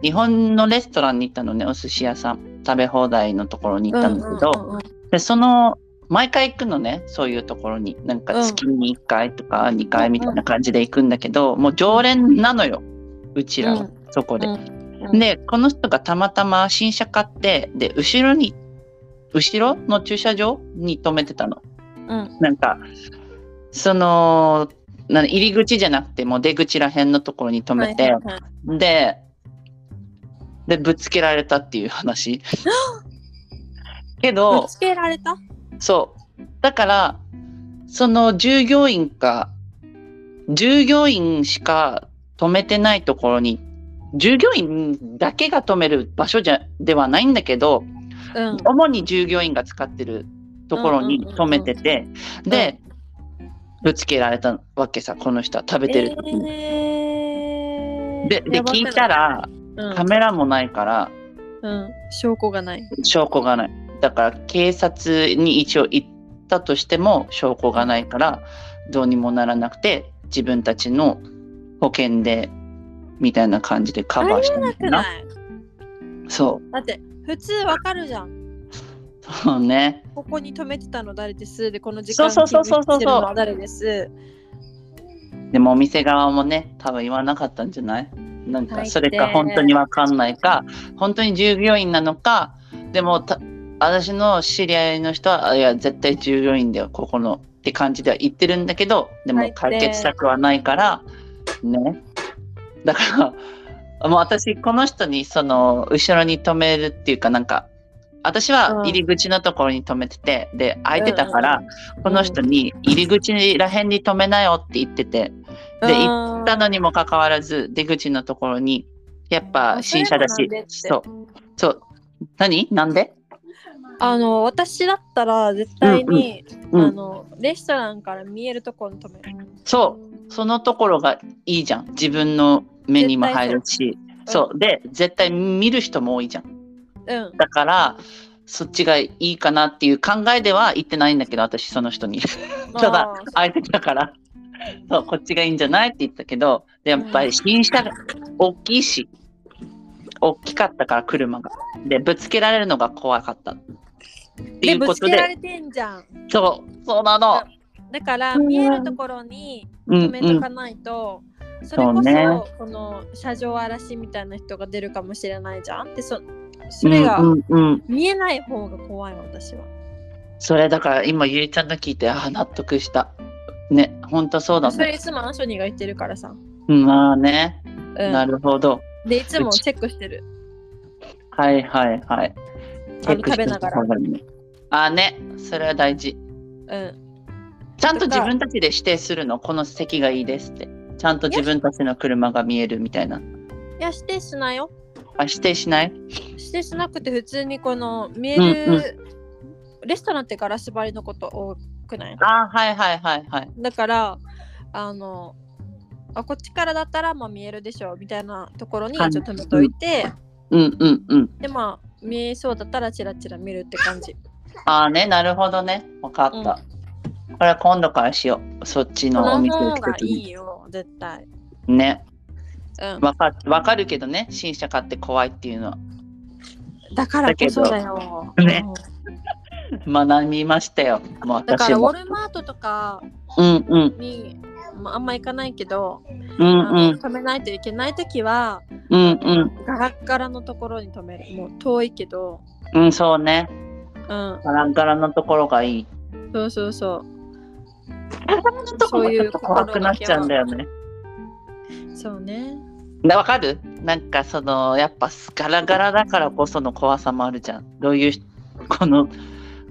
日本のレストランに行ったのねお寿司屋さん食べ放題のところに行ったんだけど、
うんうんうんうん
でその毎回行くのねそういうところになんか月に1回とか2回みたいな感じで行くんだけど、もう常連なのようちらは、
うん
そこで。
うんうん
でこの人がたまたま新車買ってで後ろに後ろの駐車場に止めてたの。
うん
なんかそのな入り口じゃなくてもう出口らへんのところに止めて、
はいはいはい
で、で、ぶつけられたってい う話。け
ぶ
ど、
つけられた
そう。だから、その従業員か、従業員しか止めてないところに、従業員だけが止める場所じゃではないんだけ
う
ど、
ん
主に従業員が使ってるところに止めてて、
うん
で、ぶつけられたわけさ、この人は食べてる時に。
えー
でで
やばくない
聞いたら、
うん
カメラもないから、
うん、証拠がない。
証拠がないだから警察に一応行ったとしても証拠がないからどうにもならなくて自分たちの保険でみたいな感じでカバーしたのか
くな
な
い
そ
だって普通わかるじゃん。
う そうね
ここに止めてたの誰ですでこの時
そ
間
うそうそうそうそう
気にしてるのは誰です
でもお店側もね多分言わなかったんじゃないなん
は
か
い
それか本当にわかんないか本当に従業員なのかでもた私の知り合いの人はあいや絶対従業員だよここのって感じでは言ってるんだけどで
は
も
い
解決策はないからねだからもう私この人にその後ろに止めるっていうかなんか私は入り口のところに止めてて、で空いてたから、この人に入り口らへんに止めなよって言っててで
行
行ったのにもかかわらず出口のところにやっぱ新車だ
あそれ
し
もなんでって
そうそう何なんで
あの私だったら絶対に、
うん
あのレストランから見えるところに止める。
そうそのところがいいじゃん自分の目にも入るし
そ
そうで絶対見る人も多いじゃん
うん。
だからそっちがいいかなっていう考えでは言ってないんだけど私その人にただ
まあ
相手だからそうこっちがいいんじゃないって言ったけどでやっぱり新車が大きいし大きかったから車がでぶつけられるのが怖かったってい
で
うこ
ぶつ
と
け
で
られてんじゃん。
そうそうなの
だから
うん
見えるところに
うん
止め
う
と
ん
かないと、それこ
そ
そ、
うね
この車上荒らしみたいな人が出るかもしれないじゃん。でそそれが
うんうんうん
見えない方が怖い私は。
それだから今ゆりちゃんの聞いてああ納得したね本当そうだ
それ
ね
いつもアンソニーが言ってるからさ。
うんまあね、
うん、
なるほど
でいつもチェックしてる。
はいはいはい
あの食べながら。
ああねそれは大事
うん。
ちゃんと自分たちで指定するのこの席がいいですってちゃんと自分たちの車が見えるみたいない
や指定しなよ。
あ指定しない
指定しなくて普通にこの見える、
うんう
レストランってガラス張りのこと多くない
ああはいはいはいはい
だからあのあこっちからだったらまあ見えるでしょみたいなところに
はい
ちょっと止めといて、
うんうんうん
でまあ見えそうだったらチラチラ見るって感じ。
ああねなるほどね分かった、これは今度からしようそっち
そ
のお
の
店
方
行
が
くと
い
きに
いよ絶対。
ね
うん、
わかわかるけどね新車買って怖いっていう のは
だからこそ
だけど
だよ。
ね
うん
学びましたよもう
だか
私
らウォ
も
ルマートとか
うんうん
に、まあ、あんま行かないけど、
うん
あの
うん
止めないといけない時は
うんうん
ガラッガラのところに止める。もう遠いけど。
うんそうね
うん、
ガランガラのところがいい
そうそうそう。
ガランガラのところがちょっと怖くなっちゃうんだよね
そうね。
なわかるなんかそのやっぱガラガラだからこその怖さもあるじゃんどういうこの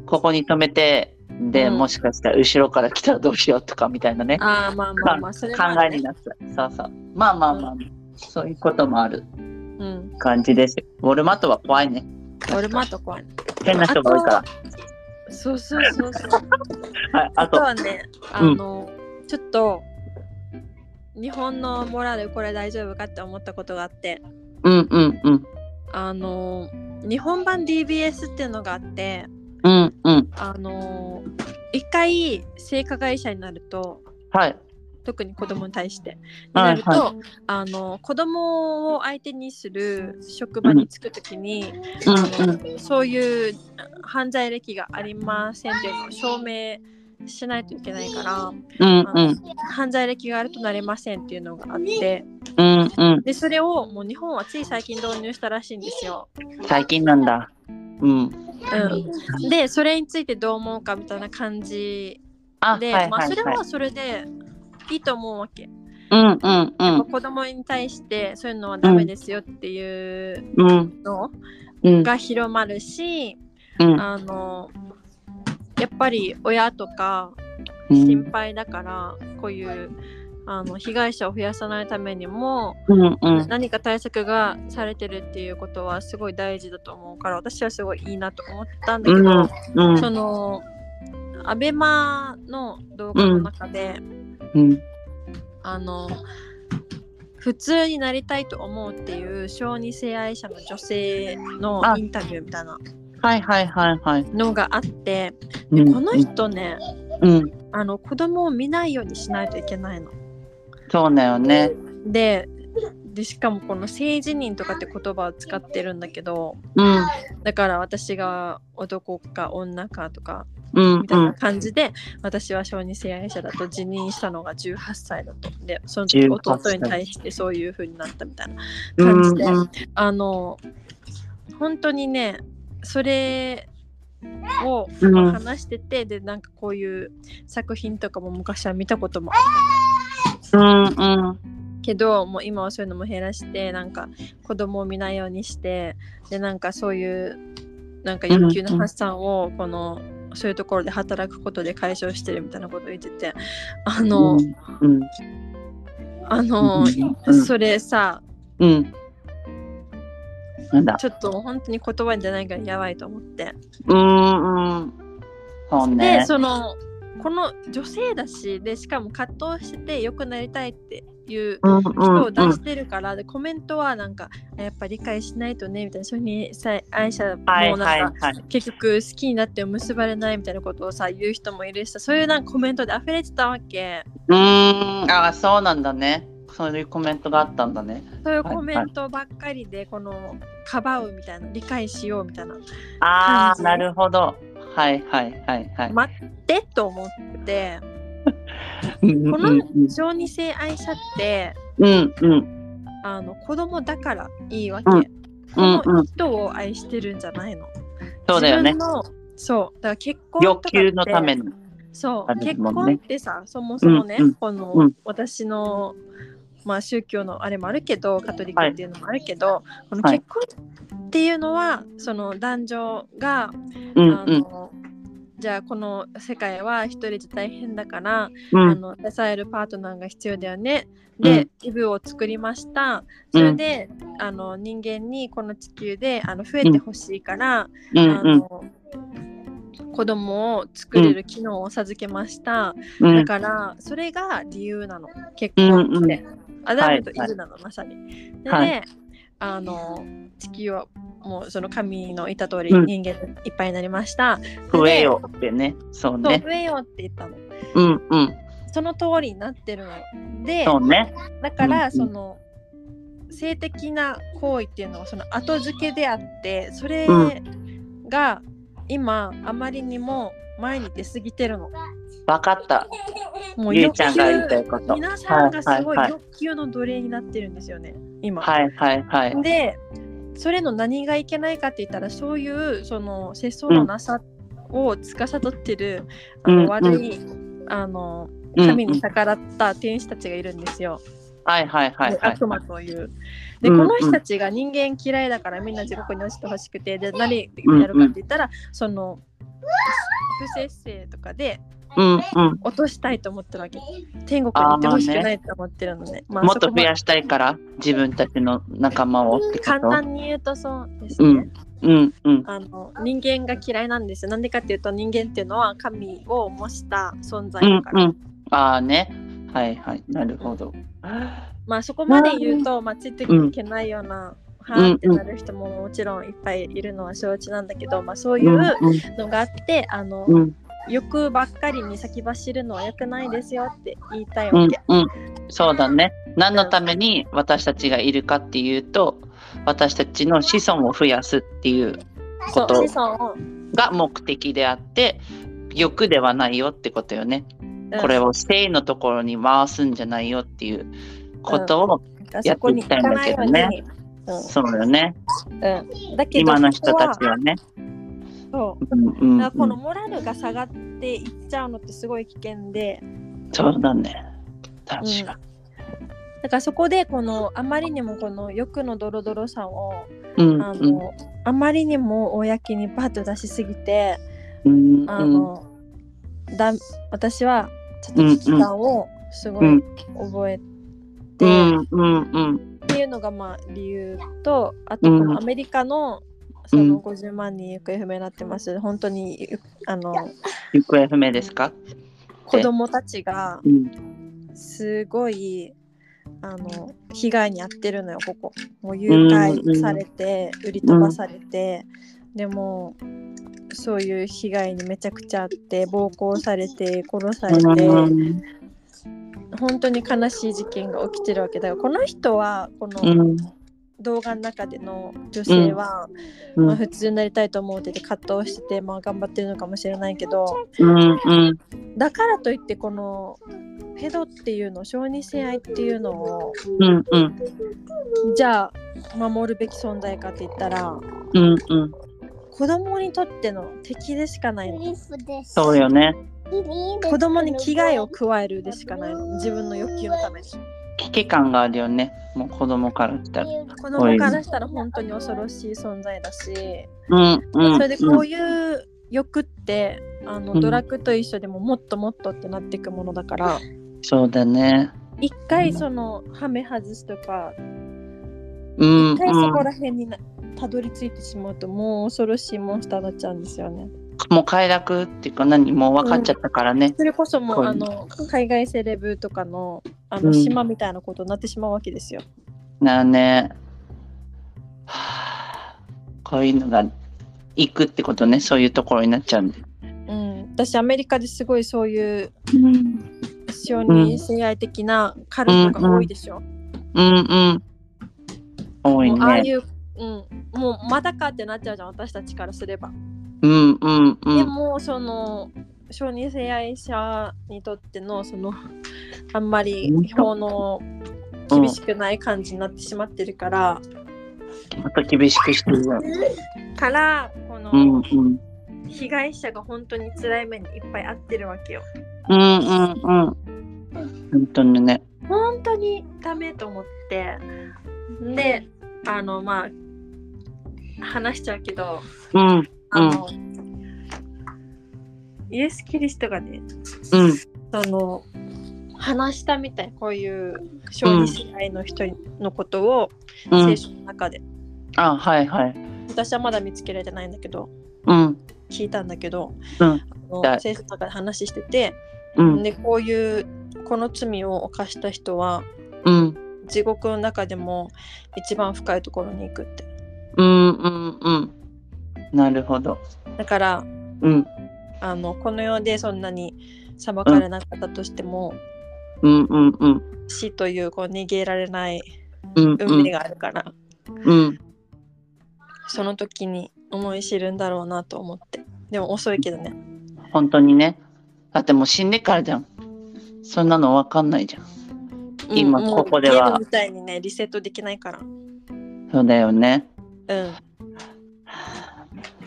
ここに止めてで、
うん
もしかしたら後ろから来たらどうしようとかみたいなね
ああ、まあまあまあ、それ
考
はね
えになっちゃうそうそうまあまあまあ、そういうこともある
うん。
感じですウォルマットは怖いね
俺もあと怖い。
変な人が多いから
そうそうそう そう。
はい、あ
あ
と
とはね、あの、ちょっと。日本のモラルこれ大丈夫かって思ったことがあって
うんうんうん
あの日本版 DBS っていうのがあって
うんうん
あの一回性加害者になると
はい
特に子供に対して。になると、
は
あの子供を相手にする職場に就くときに、あ
うん
のそういう犯罪歴がありませんっていうのを証明しないといけないから、
うん
あ
う
の
ん
犯罪歴があるとなれませんっていうのがあって
うんうん
でそれをもう日本はつい最近導入したらしいんですよ。
最近なんだうん
うん、でそれについてどう思うかみたいな感じ
あ
で、
はいはい
まあ、
はい
それはそれでいいと思うわけ。
うんうんう
まあ
ん
子供に対してそういうのはダメですよっていう
うん
の
うん
が広まるし、
うん
あのやっぱり親とか
う
心
ん
配だから、こういうあの被害者を増やさないためにも
うんうん
何か対策がされてるっていうことはすごい大事だと思うから私はすごいいいなと思ったんだけど、
うん
そのアベマの動画の中で、
うん
あの普通になりたいと思うっていう小児性愛者の女性の
あ
インタビューみたいな
はいはいはいはい
のがあって
う
で
ん
この人ね
うん
あの子供を見ないようにしないといけないの。
そうだよね
ででしかもこの性自認とかって言葉を使ってるんだけど
うん
だから私が男か女かとか
うん
みた
う
いなん感じで、私は小児性愛者だと辞任したのが18歳だとでその
18
弟に対してそういう風になったみたいな
うん
感じで、
うん
あの本当にねそれを
うん
話してて、でなんかこういう作品とかも昔は見たこともあった
うんうん
けどもう今はそういうのも減らしてなんか子供を見ないようにしてでなんかそういうなんか欲求の発散をこの、そういうところで働くことで解消してるみたいなことを言っててあの、
うん
あの、
うん
それさ
うんなんだ
ちょっと本当に言葉にじゃないからやばいと思って、
うんうんそうね
でそのこの女性だしでしかも葛藤してて良くなりたいっていう
うんうん
人
う
を
ん
出してるから、でコメントはなんかやっぱ理解しないとねみたいなそういうふうにさ愛者も
は
な
い
んか、
はいはい
結局好きになっても結ばれないみたいなことをさ言う人もいるしさそういうなんかコメントで溢れてたわけ
うーん、あーそうなんだね。そういうコメントがあったんだね。
そういう
はい
コメントばっかりでこのかばうみたいな理解しようみたいな
あ
感
あ、
じ
なるほど。はいはいはいはい。
待ってと思って
うん
こ
う
の
んうん
小児性愛者って
うんうん
あの子供だからいいわけ、
うんうん
この人を愛してるんじゃないの、
そうだよね
自分。のそうだから結婚とかっ
欲
て
求のための。
そ
あ
う、
れです
結
もんね
婚ってさそもそもね、
うんうん
この、
うん
私の、まあ、宗教のあれもあるけどカトリックっていうのもあるけど、この
はい
結婚っていうのは、その男女が、
うん
あ
うん
のじゃあこの世界は一人じゃ大変だから、
う
あ
ん
の支えるパートナーが必要だよね。
う
で
ん、
イブを作りました。
う
そ
ん
れで、あの人間にこの地球であの増えてほしいから、
うん
あ
うん
の子供を作れる機能を授けました、
う
だ
ん
からそれが理由なの結婚って、
うんう
アダムとイブなの、まさにで、
はい
あの地球はもうその神の言った通り
うん
人間いっぱいになりました、
増えよってね。そう
そう
ね。
増えようって言ったの
うんうん。
その通りになってるので
そうね。
だか
うんう
ら
ん
その、性的な行為っていうのはその後付けであってそれ
う
が今あまりにも前に出過ぎてるの。
わかった。
もう
ゆう
欲
ちゃんが言いた
求
いこと。はい
皆さんがすごい
はいはい
欲求の奴隷になってるんですよね、今。
はいはいはい。
でそれの何がいけないかって言ったらそういうその節操のなさを司ってる、あ
うんう
の
ん
悪い、あの
うん
神に逆らった天使たちがいるんですよ。
はいはいはいはい。
悪魔という。で、
うん
この人たちが人間嫌いだからみんな地獄に落ちてほしくて、で、何やるかって言ったら、その、不摂生とかで
うんうん。
落としたいと思ってるわけ。天国に行ってほしくないと思ってるので、まあ
もっ
そ
と
こ
増
まで
やしたいから自分たちの仲間をってこと
簡。単に言うとそうです
う
ね。
んうんうん
あの人間が嫌いなんですよ。なんでかっていうと人間っていうのは神を模した存在
う
だ
ん
から。
うん。ああね。はいはい。なるほど。
まあそこまで言うと、まあ、ついていけないような、はーってなる人ももちろんいっぱいいるのは承知なんだけど、まあそういううんのがあって、あの、
うん
欲ばっかりに先走るのは良くないですよって言いたい
うん
わけ。
うん、そうだね。何のために私たちがいるかっていうと、私たちの子孫を増やすっていうこ
そう
と
子孫を、
が目的であって、欲ではないよってことよね。
うん
これを性のところに回すんじゃないよっていうことを、や
そ
って
こ
い
に
き
行
たい
か
んだ
ない
け
ように。
どねそうよね。
うんうん、だけど
今の人た
こ
ち
こは
はね。
そう
うん
だ
うんう
からこの
ん、
モラルが下がっていっちゃうのってすごい危険で
そうだね。確か
だからそこでこのあまりにもこの欲のドロドロさを
に。うん
あ
うん
の、あまりにも公にバッと出しすぎて、
うん
あ
うん
の、だ私はちょっと危機感をすご
う
い
ん
覚えて、
うんうんうん
っていうのがまあ理由とあとこ
うん
のアメリカのその
うん
50万人行方不明になってます本当にあの
行方不明ですか、
子供たちが
うん、
すごいあの被害に遭ってるのよここもう誘拐されて、売り飛ばされて、でもそういう被害にめちゃくちゃあって暴行されて殺されて、
うん
本当に悲しい事件が起きてるわけだからこの人はこ
う
の
ん
動画の中での女性は、
う
まあ、
ん
普通になりたいと思ってて葛藤してて、まあ、頑張ってるのかもしれないけど
うんうん
だからといってこのペドっていうの小児性愛っていうのを
うんうん
じゃあ守るべき存在かって言ったら
うんうん
子供にとっての敵でしかないの
そうよね
子供に危害を加えるでしかないの自分の欲求のために
危機感があるよねもう子供からしたら
子供からしたら本当に恐ろしい存在だし
うんうん
それでこ
う
ういう欲ってあ
う
の
ん
ドラッグと一緒でももっともっとってなっていくものだから
んそうだね
一回そのハメ外すとか
うんう
一回そこ
ん
ら辺になたどり着いてしまうともう恐ろしいモンスターになっちゃうんですよね。
もう快楽っていうか何もう分かっちゃったからね、
それこそも
こう
う
いう
あの海外セレブとかのあ
う
の
ん
島みたいなことになってしまうわけですよ。
なあね はあこういうのが行くってことねそういうところになっちゃうんで、
うん、私アメリカですごいそういう
うん、
小児性愛的なカルトが多いでしょ。
うん多い
もうああい
ね
う、うん、もうまだかってなっちゃうじゃん私たちからすれば。
うんうんう
で
ん
もその小児性愛者にとってのその あんまり法の厳しくない感じになってしまってるから、
また厳しくしてるよ
からこの、
うんうん
被害者が本当に辛い目にいっぱい遭ってるわけよ。
うんうんうん本当にね
本当にダメと思ってであのまあ話しちゃうけど
うんうん
あの、イエス・キリストがねその話したみたいこういう小児世代の人のことを、
うん
聖書の中で
あはいはい
私はまだ見つけられてないんだけど
うん
聞いたんだけど、
うん
あ
だ
の聖書の中で話してて、
うん
でこういうこの罪を犯した人は
うん
地獄の中でも一番深いところに行くって
うんうんうんなるほど
だから
うん
あのこの世でそんなに裁かれなかったとしても、
うんうんうん
死というこう逃げられない
うん
運命があるから、
うん
その時に思い知るんだろうなと思ってでも遅いけどね
本当にねだってもう死んでからじゃんそんなの分かんないじゃん今
うん
ここでは
もうゲームみたいにねリセットできないから
そうだよね
うん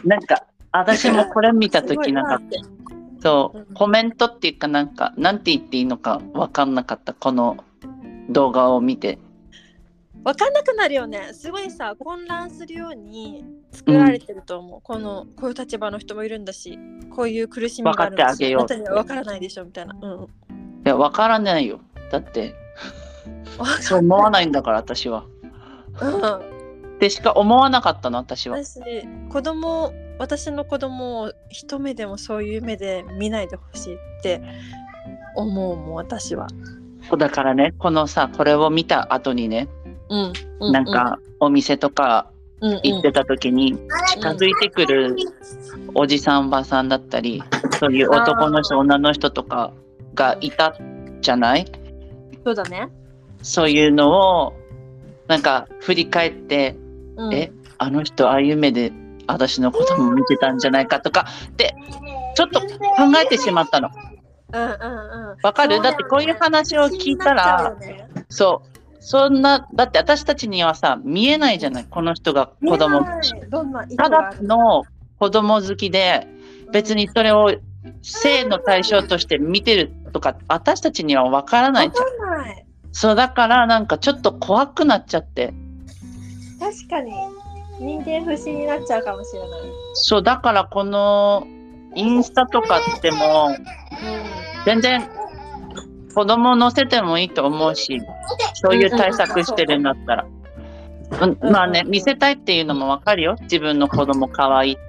なんか私もこれ見た時 なんか
すごいなって
そうコメントっていうかなんかなんて言っていいのか分かんなかったこの動画を見て
わかんなくなるよねすごいさ混乱するように作られてると思う、このこういう立場の人もいるんだしこういう苦しみがあるんだ
分かってあげ
し
よう
あなたには分からないでしょみたいな、うん、
いや分からないよだってそう思わないんだから私は
うん
ってしか思わなかったの私は
私子供私の子供を一目でもそういう目で見ないでほしいって思うもん私は、
だからねこのさこれを見た後にね
うんう
なんかお店とか
うんうん
行ってた時に近づいてくるおじさんおばさんだったりそういう男の人、女の人とかがいたじゃない
そうだね。
そういうのを、なんか振り返って、
うん、
えあの人、ああいう目で私のことも見てたんじゃないかとか、で、ちょっと考えてしまったの。
うんうんうん。
わかる
そうだよね
だってこういう話を聞いたら、
気になっちゃうよね
そう。そんな、だって私たちにはさ、見えないじゃない、この人が子供。
ねどんな意図
た
があ
だ
る
の子供好きで、別にそれを性の対象として見てるとか、私たちにはわからない
わ
じゃん。
かんない。
そう、だからなんかちょっと怖くなっちゃって。
確かに人間不信になっちゃうかもしれない。
そう、だからこのインスタとかっても、全然子供乗せてもいいと思うし、そういう対策してるんだったら。うんまあね、見せたいっていうのもわかるよ。自分の子供可愛いって。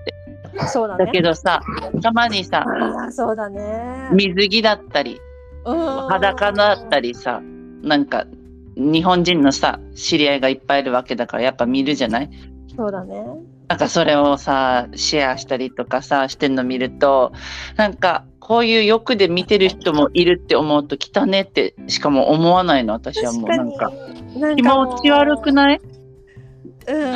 うん、そうだ
だ
ね。
けどさ、たまにさ、
あそうだね。
水着だったり、裸だった
り。
りさなんか日本人のさ知り合いがいっぱいいるわけだからやっぱ見るじゃない
そうだね。
なんかそれをさシェアしたりとかさしてんの見るとなんかこういう欲で見てる人もいるって思うと汚ねってしかも思わないの私はもうなんか
なん
気
かもう
持ち悪くない
うん。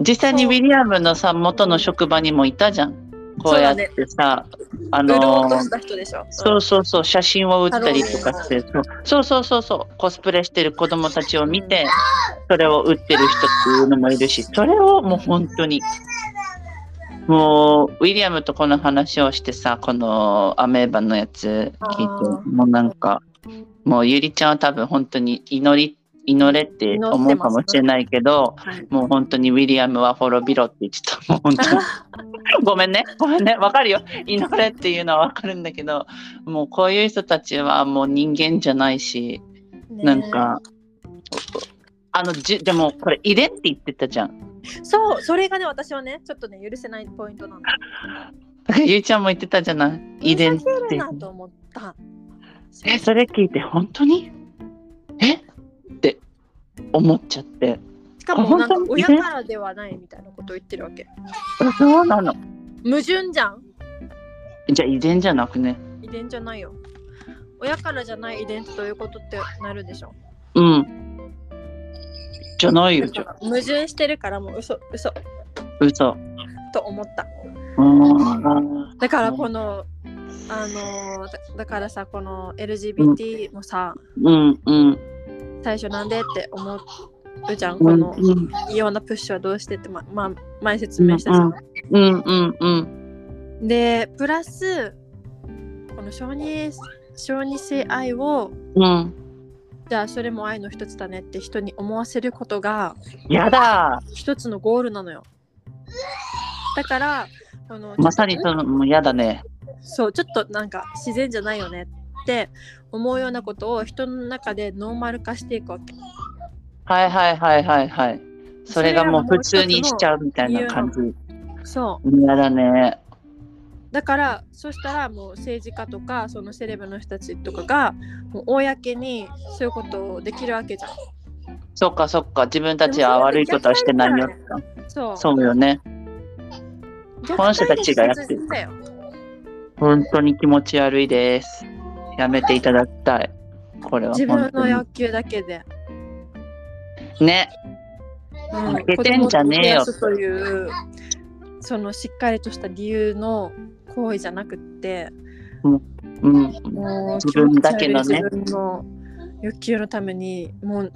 実際にウィリアムのさ元の職場にもいたじゃんこうやってさ、あ
売ろ
の
うとした人でしょ。
そううそうそう写真を売ったりとかしてそうそうそうそうコスプレしてる子供たちを見てそれを売ってる人っていうのもいるしそれをもう本当にもうウィリアムとこの話をしてさこのアメーバのやつ聞
あ
いてもうなんかもうゆりちゃんは多分本当に祈り祈れって思うかもしれないけど、
ん
もう本当にウィリアムは滅びろって言ってたもう本当に。 ごめんね、ごめんね、わかるよ。祈れっていうのはわかるんだけど、もうこういう人たちはもう人間じゃないし、
ね
なんか、あのじでもこれ入れって言ってたじ ゃん。
そうそれがね私はねちょっとね許せないポイントなんだ
だからゆいちゃんも言ってたじゃない。遺伝っ
ふざけ
て
る。なと思った
え、それ聞いて本当にえって思っちゃって。
しかもなんか
あ本当に
親からではないみたいなことを言ってるわけ
あそうなの。
矛盾じゃん
じゃあ遺伝じゃなくね。
遺伝じゃないよ親からじゃない遺伝ってどういうことってなるでしょ
うん。じゃないよ、
だ
じ
か
ゃ
ら矛盾してるからもう嘘嘘
嘘。
と思った
うん。
だからこのあのーだだからさこの LGBT もさ、
うんうん。
最初なんでって思うじゃん
う
こ
ん
の
うん
異様なプッシュはどうしてってままあ前説明したじゃん
うんうんうん。
でプラスこの小児小児性愛を
うん。
じゃあそれも愛の一つだねって人に思わせることが
やだ
一つのゴールなのよだからこの
まさにその、もうやだね。
そうちょっとなんか自然じゃないよねって思うようなことを人の中でノーマル化していくわけ
はいはいはいはいはい。それがもう普通にしち
う
ゃうみたいな感じ。
そう
やだね。
だからそしたらもう政治家とかそのセレブの人たちとかがもう公にそういうことをできるわけじゃん
そっかそっか。自分たちは悪いことはしてないよ。
そう
そうよね。
こ
の人たちがやってる
んだよ
本当に気持ち悪いです。やめていただきたい。これは
自分
本
の
当に
欲求だけで、
ね。
う
負けてんじゃねえよ
子供を増やすというそのしっかりとした理由の行為じゃなくって
うん。
もう
自分だけの
気持ち悪
ね
い自分の欲求のためにもう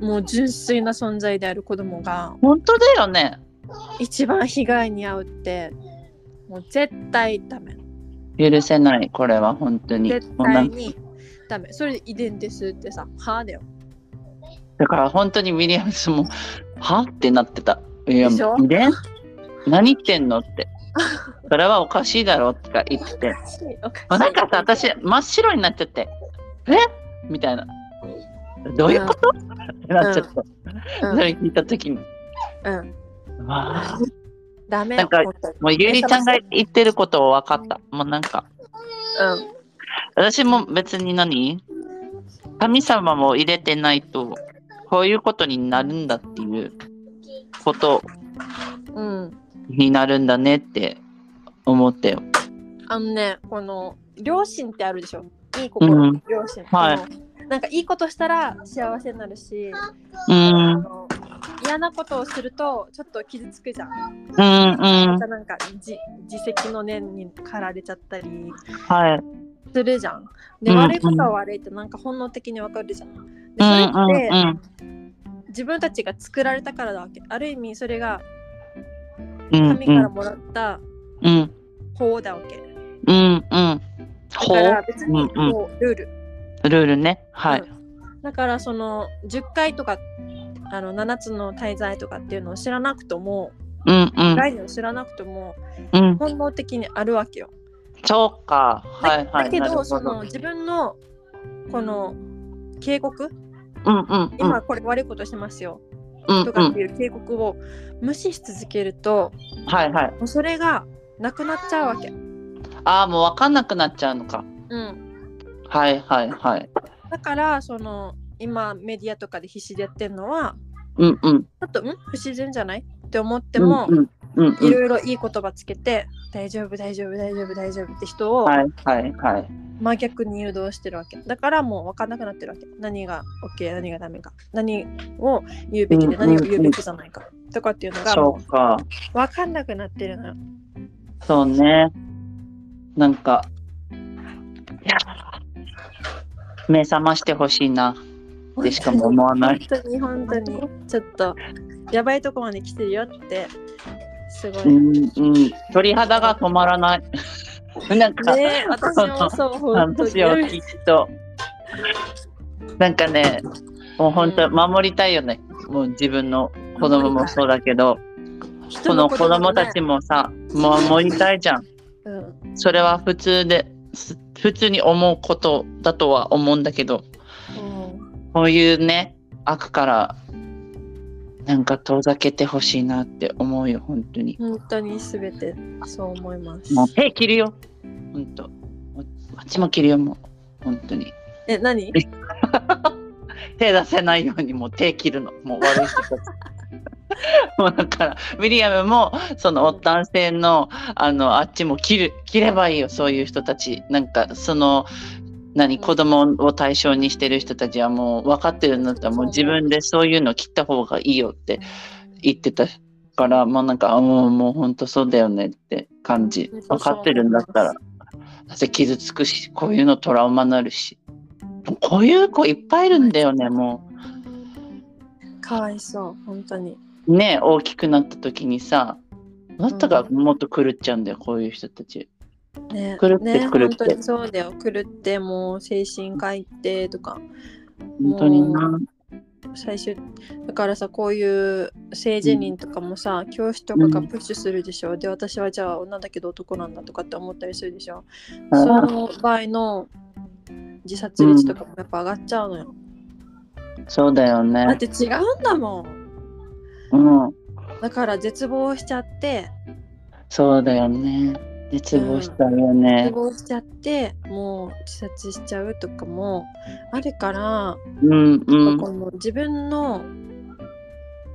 もう純粋な存在である子供が
本当だよね。
一番被害に遭うってもう絶対ダメ
許せない。これは本当に。
絶
もうな
対
んか
にダメそれで遺伝ですってさはあだよ
だから本当にウィリアムスも、はってなってた。いや、
でしょ
遺伝何言ってんのって。それはおかしいだろうとか言ってて。
おかしい
なんかさ、私、真っ白になっちゃって。えみたいな。どういうこと、ってなっちゃった。
うん
それ聞いたときに。
うん
わあ
ダメ
なんか
本当に
もうゆりちゃんが言ってることを分かった。もうなんか、
うん
私も別に何神様も入れてないと、こういうことになるんだっていうこと
うん
になるんだねって思ったよ。
あのねこの両親ってあるでしょいい心の両親、
はい
そのなんかいいことしたら幸せになるし、
う
あ
ん、うん、
の嫌なことをするとちょっと傷つくじゃん、
うん、
ま
は
たなんかじ自責の念に駆られちゃったり
い、
するじゃんで
うんうん
悪いことは悪いってなんか本能的にわかるじゃんで
う
そ
ん、
れ
う
っ
ん、
て
うん
自分たちが作られたからだわけある意味それが、
うん、
神からもらった
うん、
法だわけ
うん、うん、
だから
ほ
別
うん
に
うん
こうルール
う、ルールね、はい、
だからその10回とかあの7つの滞在とかっていうのを知らなくとも
うん、うん、
概念を知らなくとも
うん、
本能的にあるわけよ。
そうか、
だ
はい、はい、
だけ
なる
ど
ほ
その自分のこの警告
うん、うん、うん
今、これ悪いことしますよ
うん、
と
う
かって
ん、
いう警告を無視し続けると
はい、はい、
もうそれがなくなっちゃうわけ。
ああ、もうわかんなくなっちゃうのか、
うん、
はい、はい、はい、
だからその今メディアとかで必死でやってるのは
うん、うん、
ちょっとん不自然じゃないって思って
で
も、
うん、うん、う
い
ん、
ろいろいい言葉つけて、大丈夫大丈夫大丈夫大丈夫って人を
はい、はい、はい、
真逆に誘導してるわけだからもう分かんなくなってるわけ何が OK 何がダメか何を言うべきで
うんう
何
んうん
を言うべきじゃないかとかっていうのが
そ
も
うか。
う分かんなくなってるのよ
そうね。なんか、目覚ましてほしいな。でしかも思わない。
本当に本当にちょっとやばいとこまで来てるよってすご
う
い
んうん。鳥肌が止まら ない。なんか、
ねえ私もそう本当に
話を聞くと。なんかね、もう本当、守りたいよね。もう自分の子供もそうだけど、その子供たち、もさ、守りたいじゃ
人
ん。
のことね
それは普通で、す普通に思うことだとは思うんだけ
うんう
ど、
ん
こういうね、悪から、なんか遠ざけてほしいなって思うよ、本当に。
本当に全てそう思います
もう手切るよ、本当。もうあっちも切るよ、もう、本当に。
え何
手出せないようにもう手切るの、もう悪い人たち。 もうだから、ウィリアムも、その、男性の、あの、あっちも切る、切ればいいよ、そういう人たち。なんか、その、何
うん
子供を対象にしてる人たちはもう分かってるんだったらもう自分でそういうの切った方がいいよって言ってたからもうなんかあもうもう本当そうだよねって感じ
本当
分
そう
かってるんだったらだって傷つくしこういうのトラウマになるしもうこういう子いっぱいいるんだよねも
かわいそう本当に
うね大きくなった時にさあなたが
う
もっと狂っちゃうんだよこういう人たち
ね
狂って
ね
狂って
本当にそうだよ狂ってもう精神科行ってとか
本当にな
最終だからさこういう性自認とかもさ、教師とかがプッシュするでしょ、で私はじゃあ女だけど男なんだとかって思ったりするでしょ、
あ
その場合の自殺率とかもやっぱ上がっちゃうのよ、
そうだよ
だっ
ね
て違うんだもん
うん
だから絶望しちゃって
そうだよね絶望したよね
絶望しちゃってもう自殺しちゃうとかもあるから
うんうん
この自分の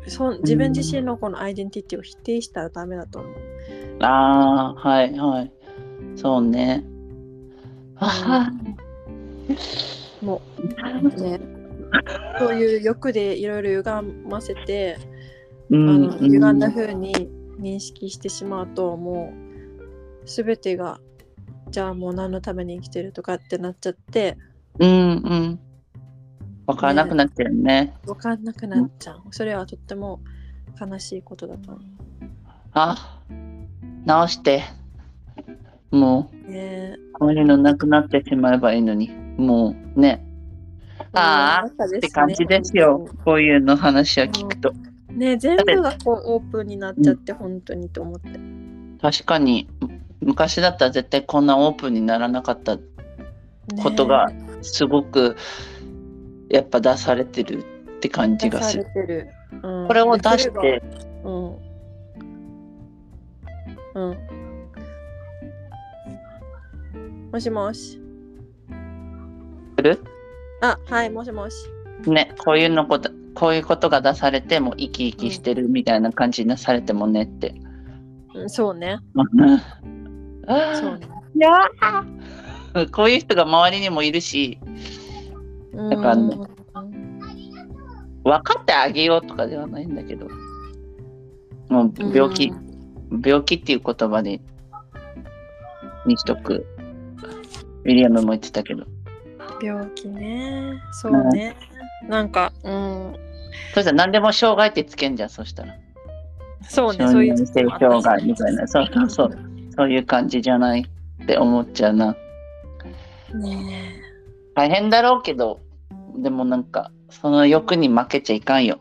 そ自分自身のこのアイデンティティを否定したらダメだと思う。
ああ、はいはい。そうね。あ
もうね、そういう欲でいろいろ歪ませて、
う
あ
ん、
の歪んだ
うん
風に認識してしまうともう全てがじゃあもう何のために生きてるとかってなっちゃって
うんうん。わからなくなってるね。
分かんなくなっちゃう。それはとっても悲しいことだと思
あ、直して。も
う。ね
う、こういうのなくなってしまえばいいのに。もうね。ああ、
世の中ですね
って感じですよ。こういうの話を聞くと。
ね全部がこうオープンになっちゃって本当にと思って。
確かに、昔だったら絶対こんなオープンにならなかった
ね
ことがすごくやっぱ出されてるって感じがする。
出されてるうん
これを出して、
うんうんもしもし
する
あはいもしもし
ね、こういうのことこういうことが出されても生き生きしてるみたいな感じになされてもねって。
うんそうね そうね
こういう人が周りにもいるし、だからね
うん
分かってあげようとかではないんだけど、もう病気、病気っていう言葉ににしとく。ウィリアムも言ってたけど、
病気ねそうね、なんかうん
そしたら何でも障害ってつけんじゃん、そしたら。
そうね
承
そうい
認
う
性障害みたいな、そうそうそう、そういう感じじゃないって思っちゃうな。
ね
大変だろうけど、でもなんか、その欲に負けちゃいかんよ。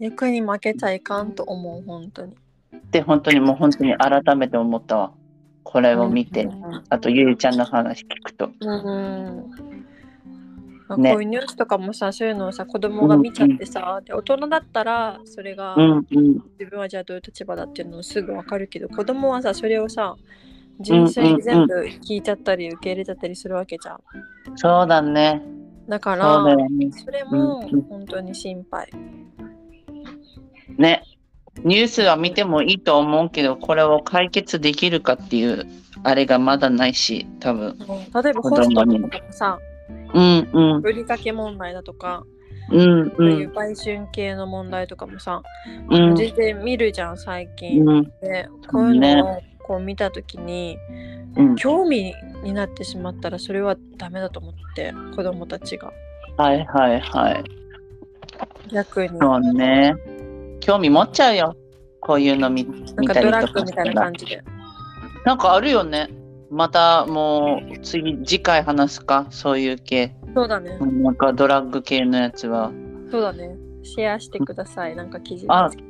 え欲に負けちゃいかんと思う本当に
って本当にもう本当に改めて思ったわ。これを見て、
うん
あとゆりちゃんの話聞くと。
うんまあ
ね
こういうニュースとかもさ、そういうのをさ子供が見ちゃってさ、で大人だったらそれが
うんうん
自分はじゃあどういう立場だっていうのをすぐわかるけど子供はさそれをさ純粋に全部聞いちゃったり受け入れちゃったりするわけじゃん
そうだね。
だか
そうだ
ら
よね。
それも
うんうん
本当に心配
ね。ニュースは見てもいいと思うけど、これを解決できるかっていうあれがまだないし、多分。
例えばホストとかもさ
うんうん
ぶりかけ問題だとか
うん
そうういうん売春系の問題とかもさ
うん
全然見るじゃん最近
うん
でこういうのをこう見た時に
うん。
興味になってしまったらそれはダメだと思って子供たちが
はいはいはい。
逆に
そうね。興味持っちゃうよ。こういうの見
なん
見
か
た
ド
り
ラ
と
ッグ
かし
みた
た
いな
ら。
感じで
なんかあるよね。またもう次次回話すかそういう系
そうだね
なんかドラッグ系のやつは
そうだね。シェアしてください。なんか記事
あ
ですけ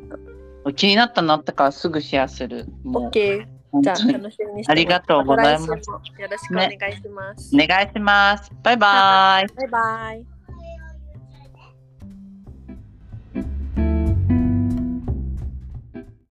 ど。
気になったのあったからすぐシェアするもう
OK。
本
じゃあ、
当に
楽しみにしてます。
ありがとうございます
また来週もよろしくお願いします。
お願いしますバイバイ
バイバイ。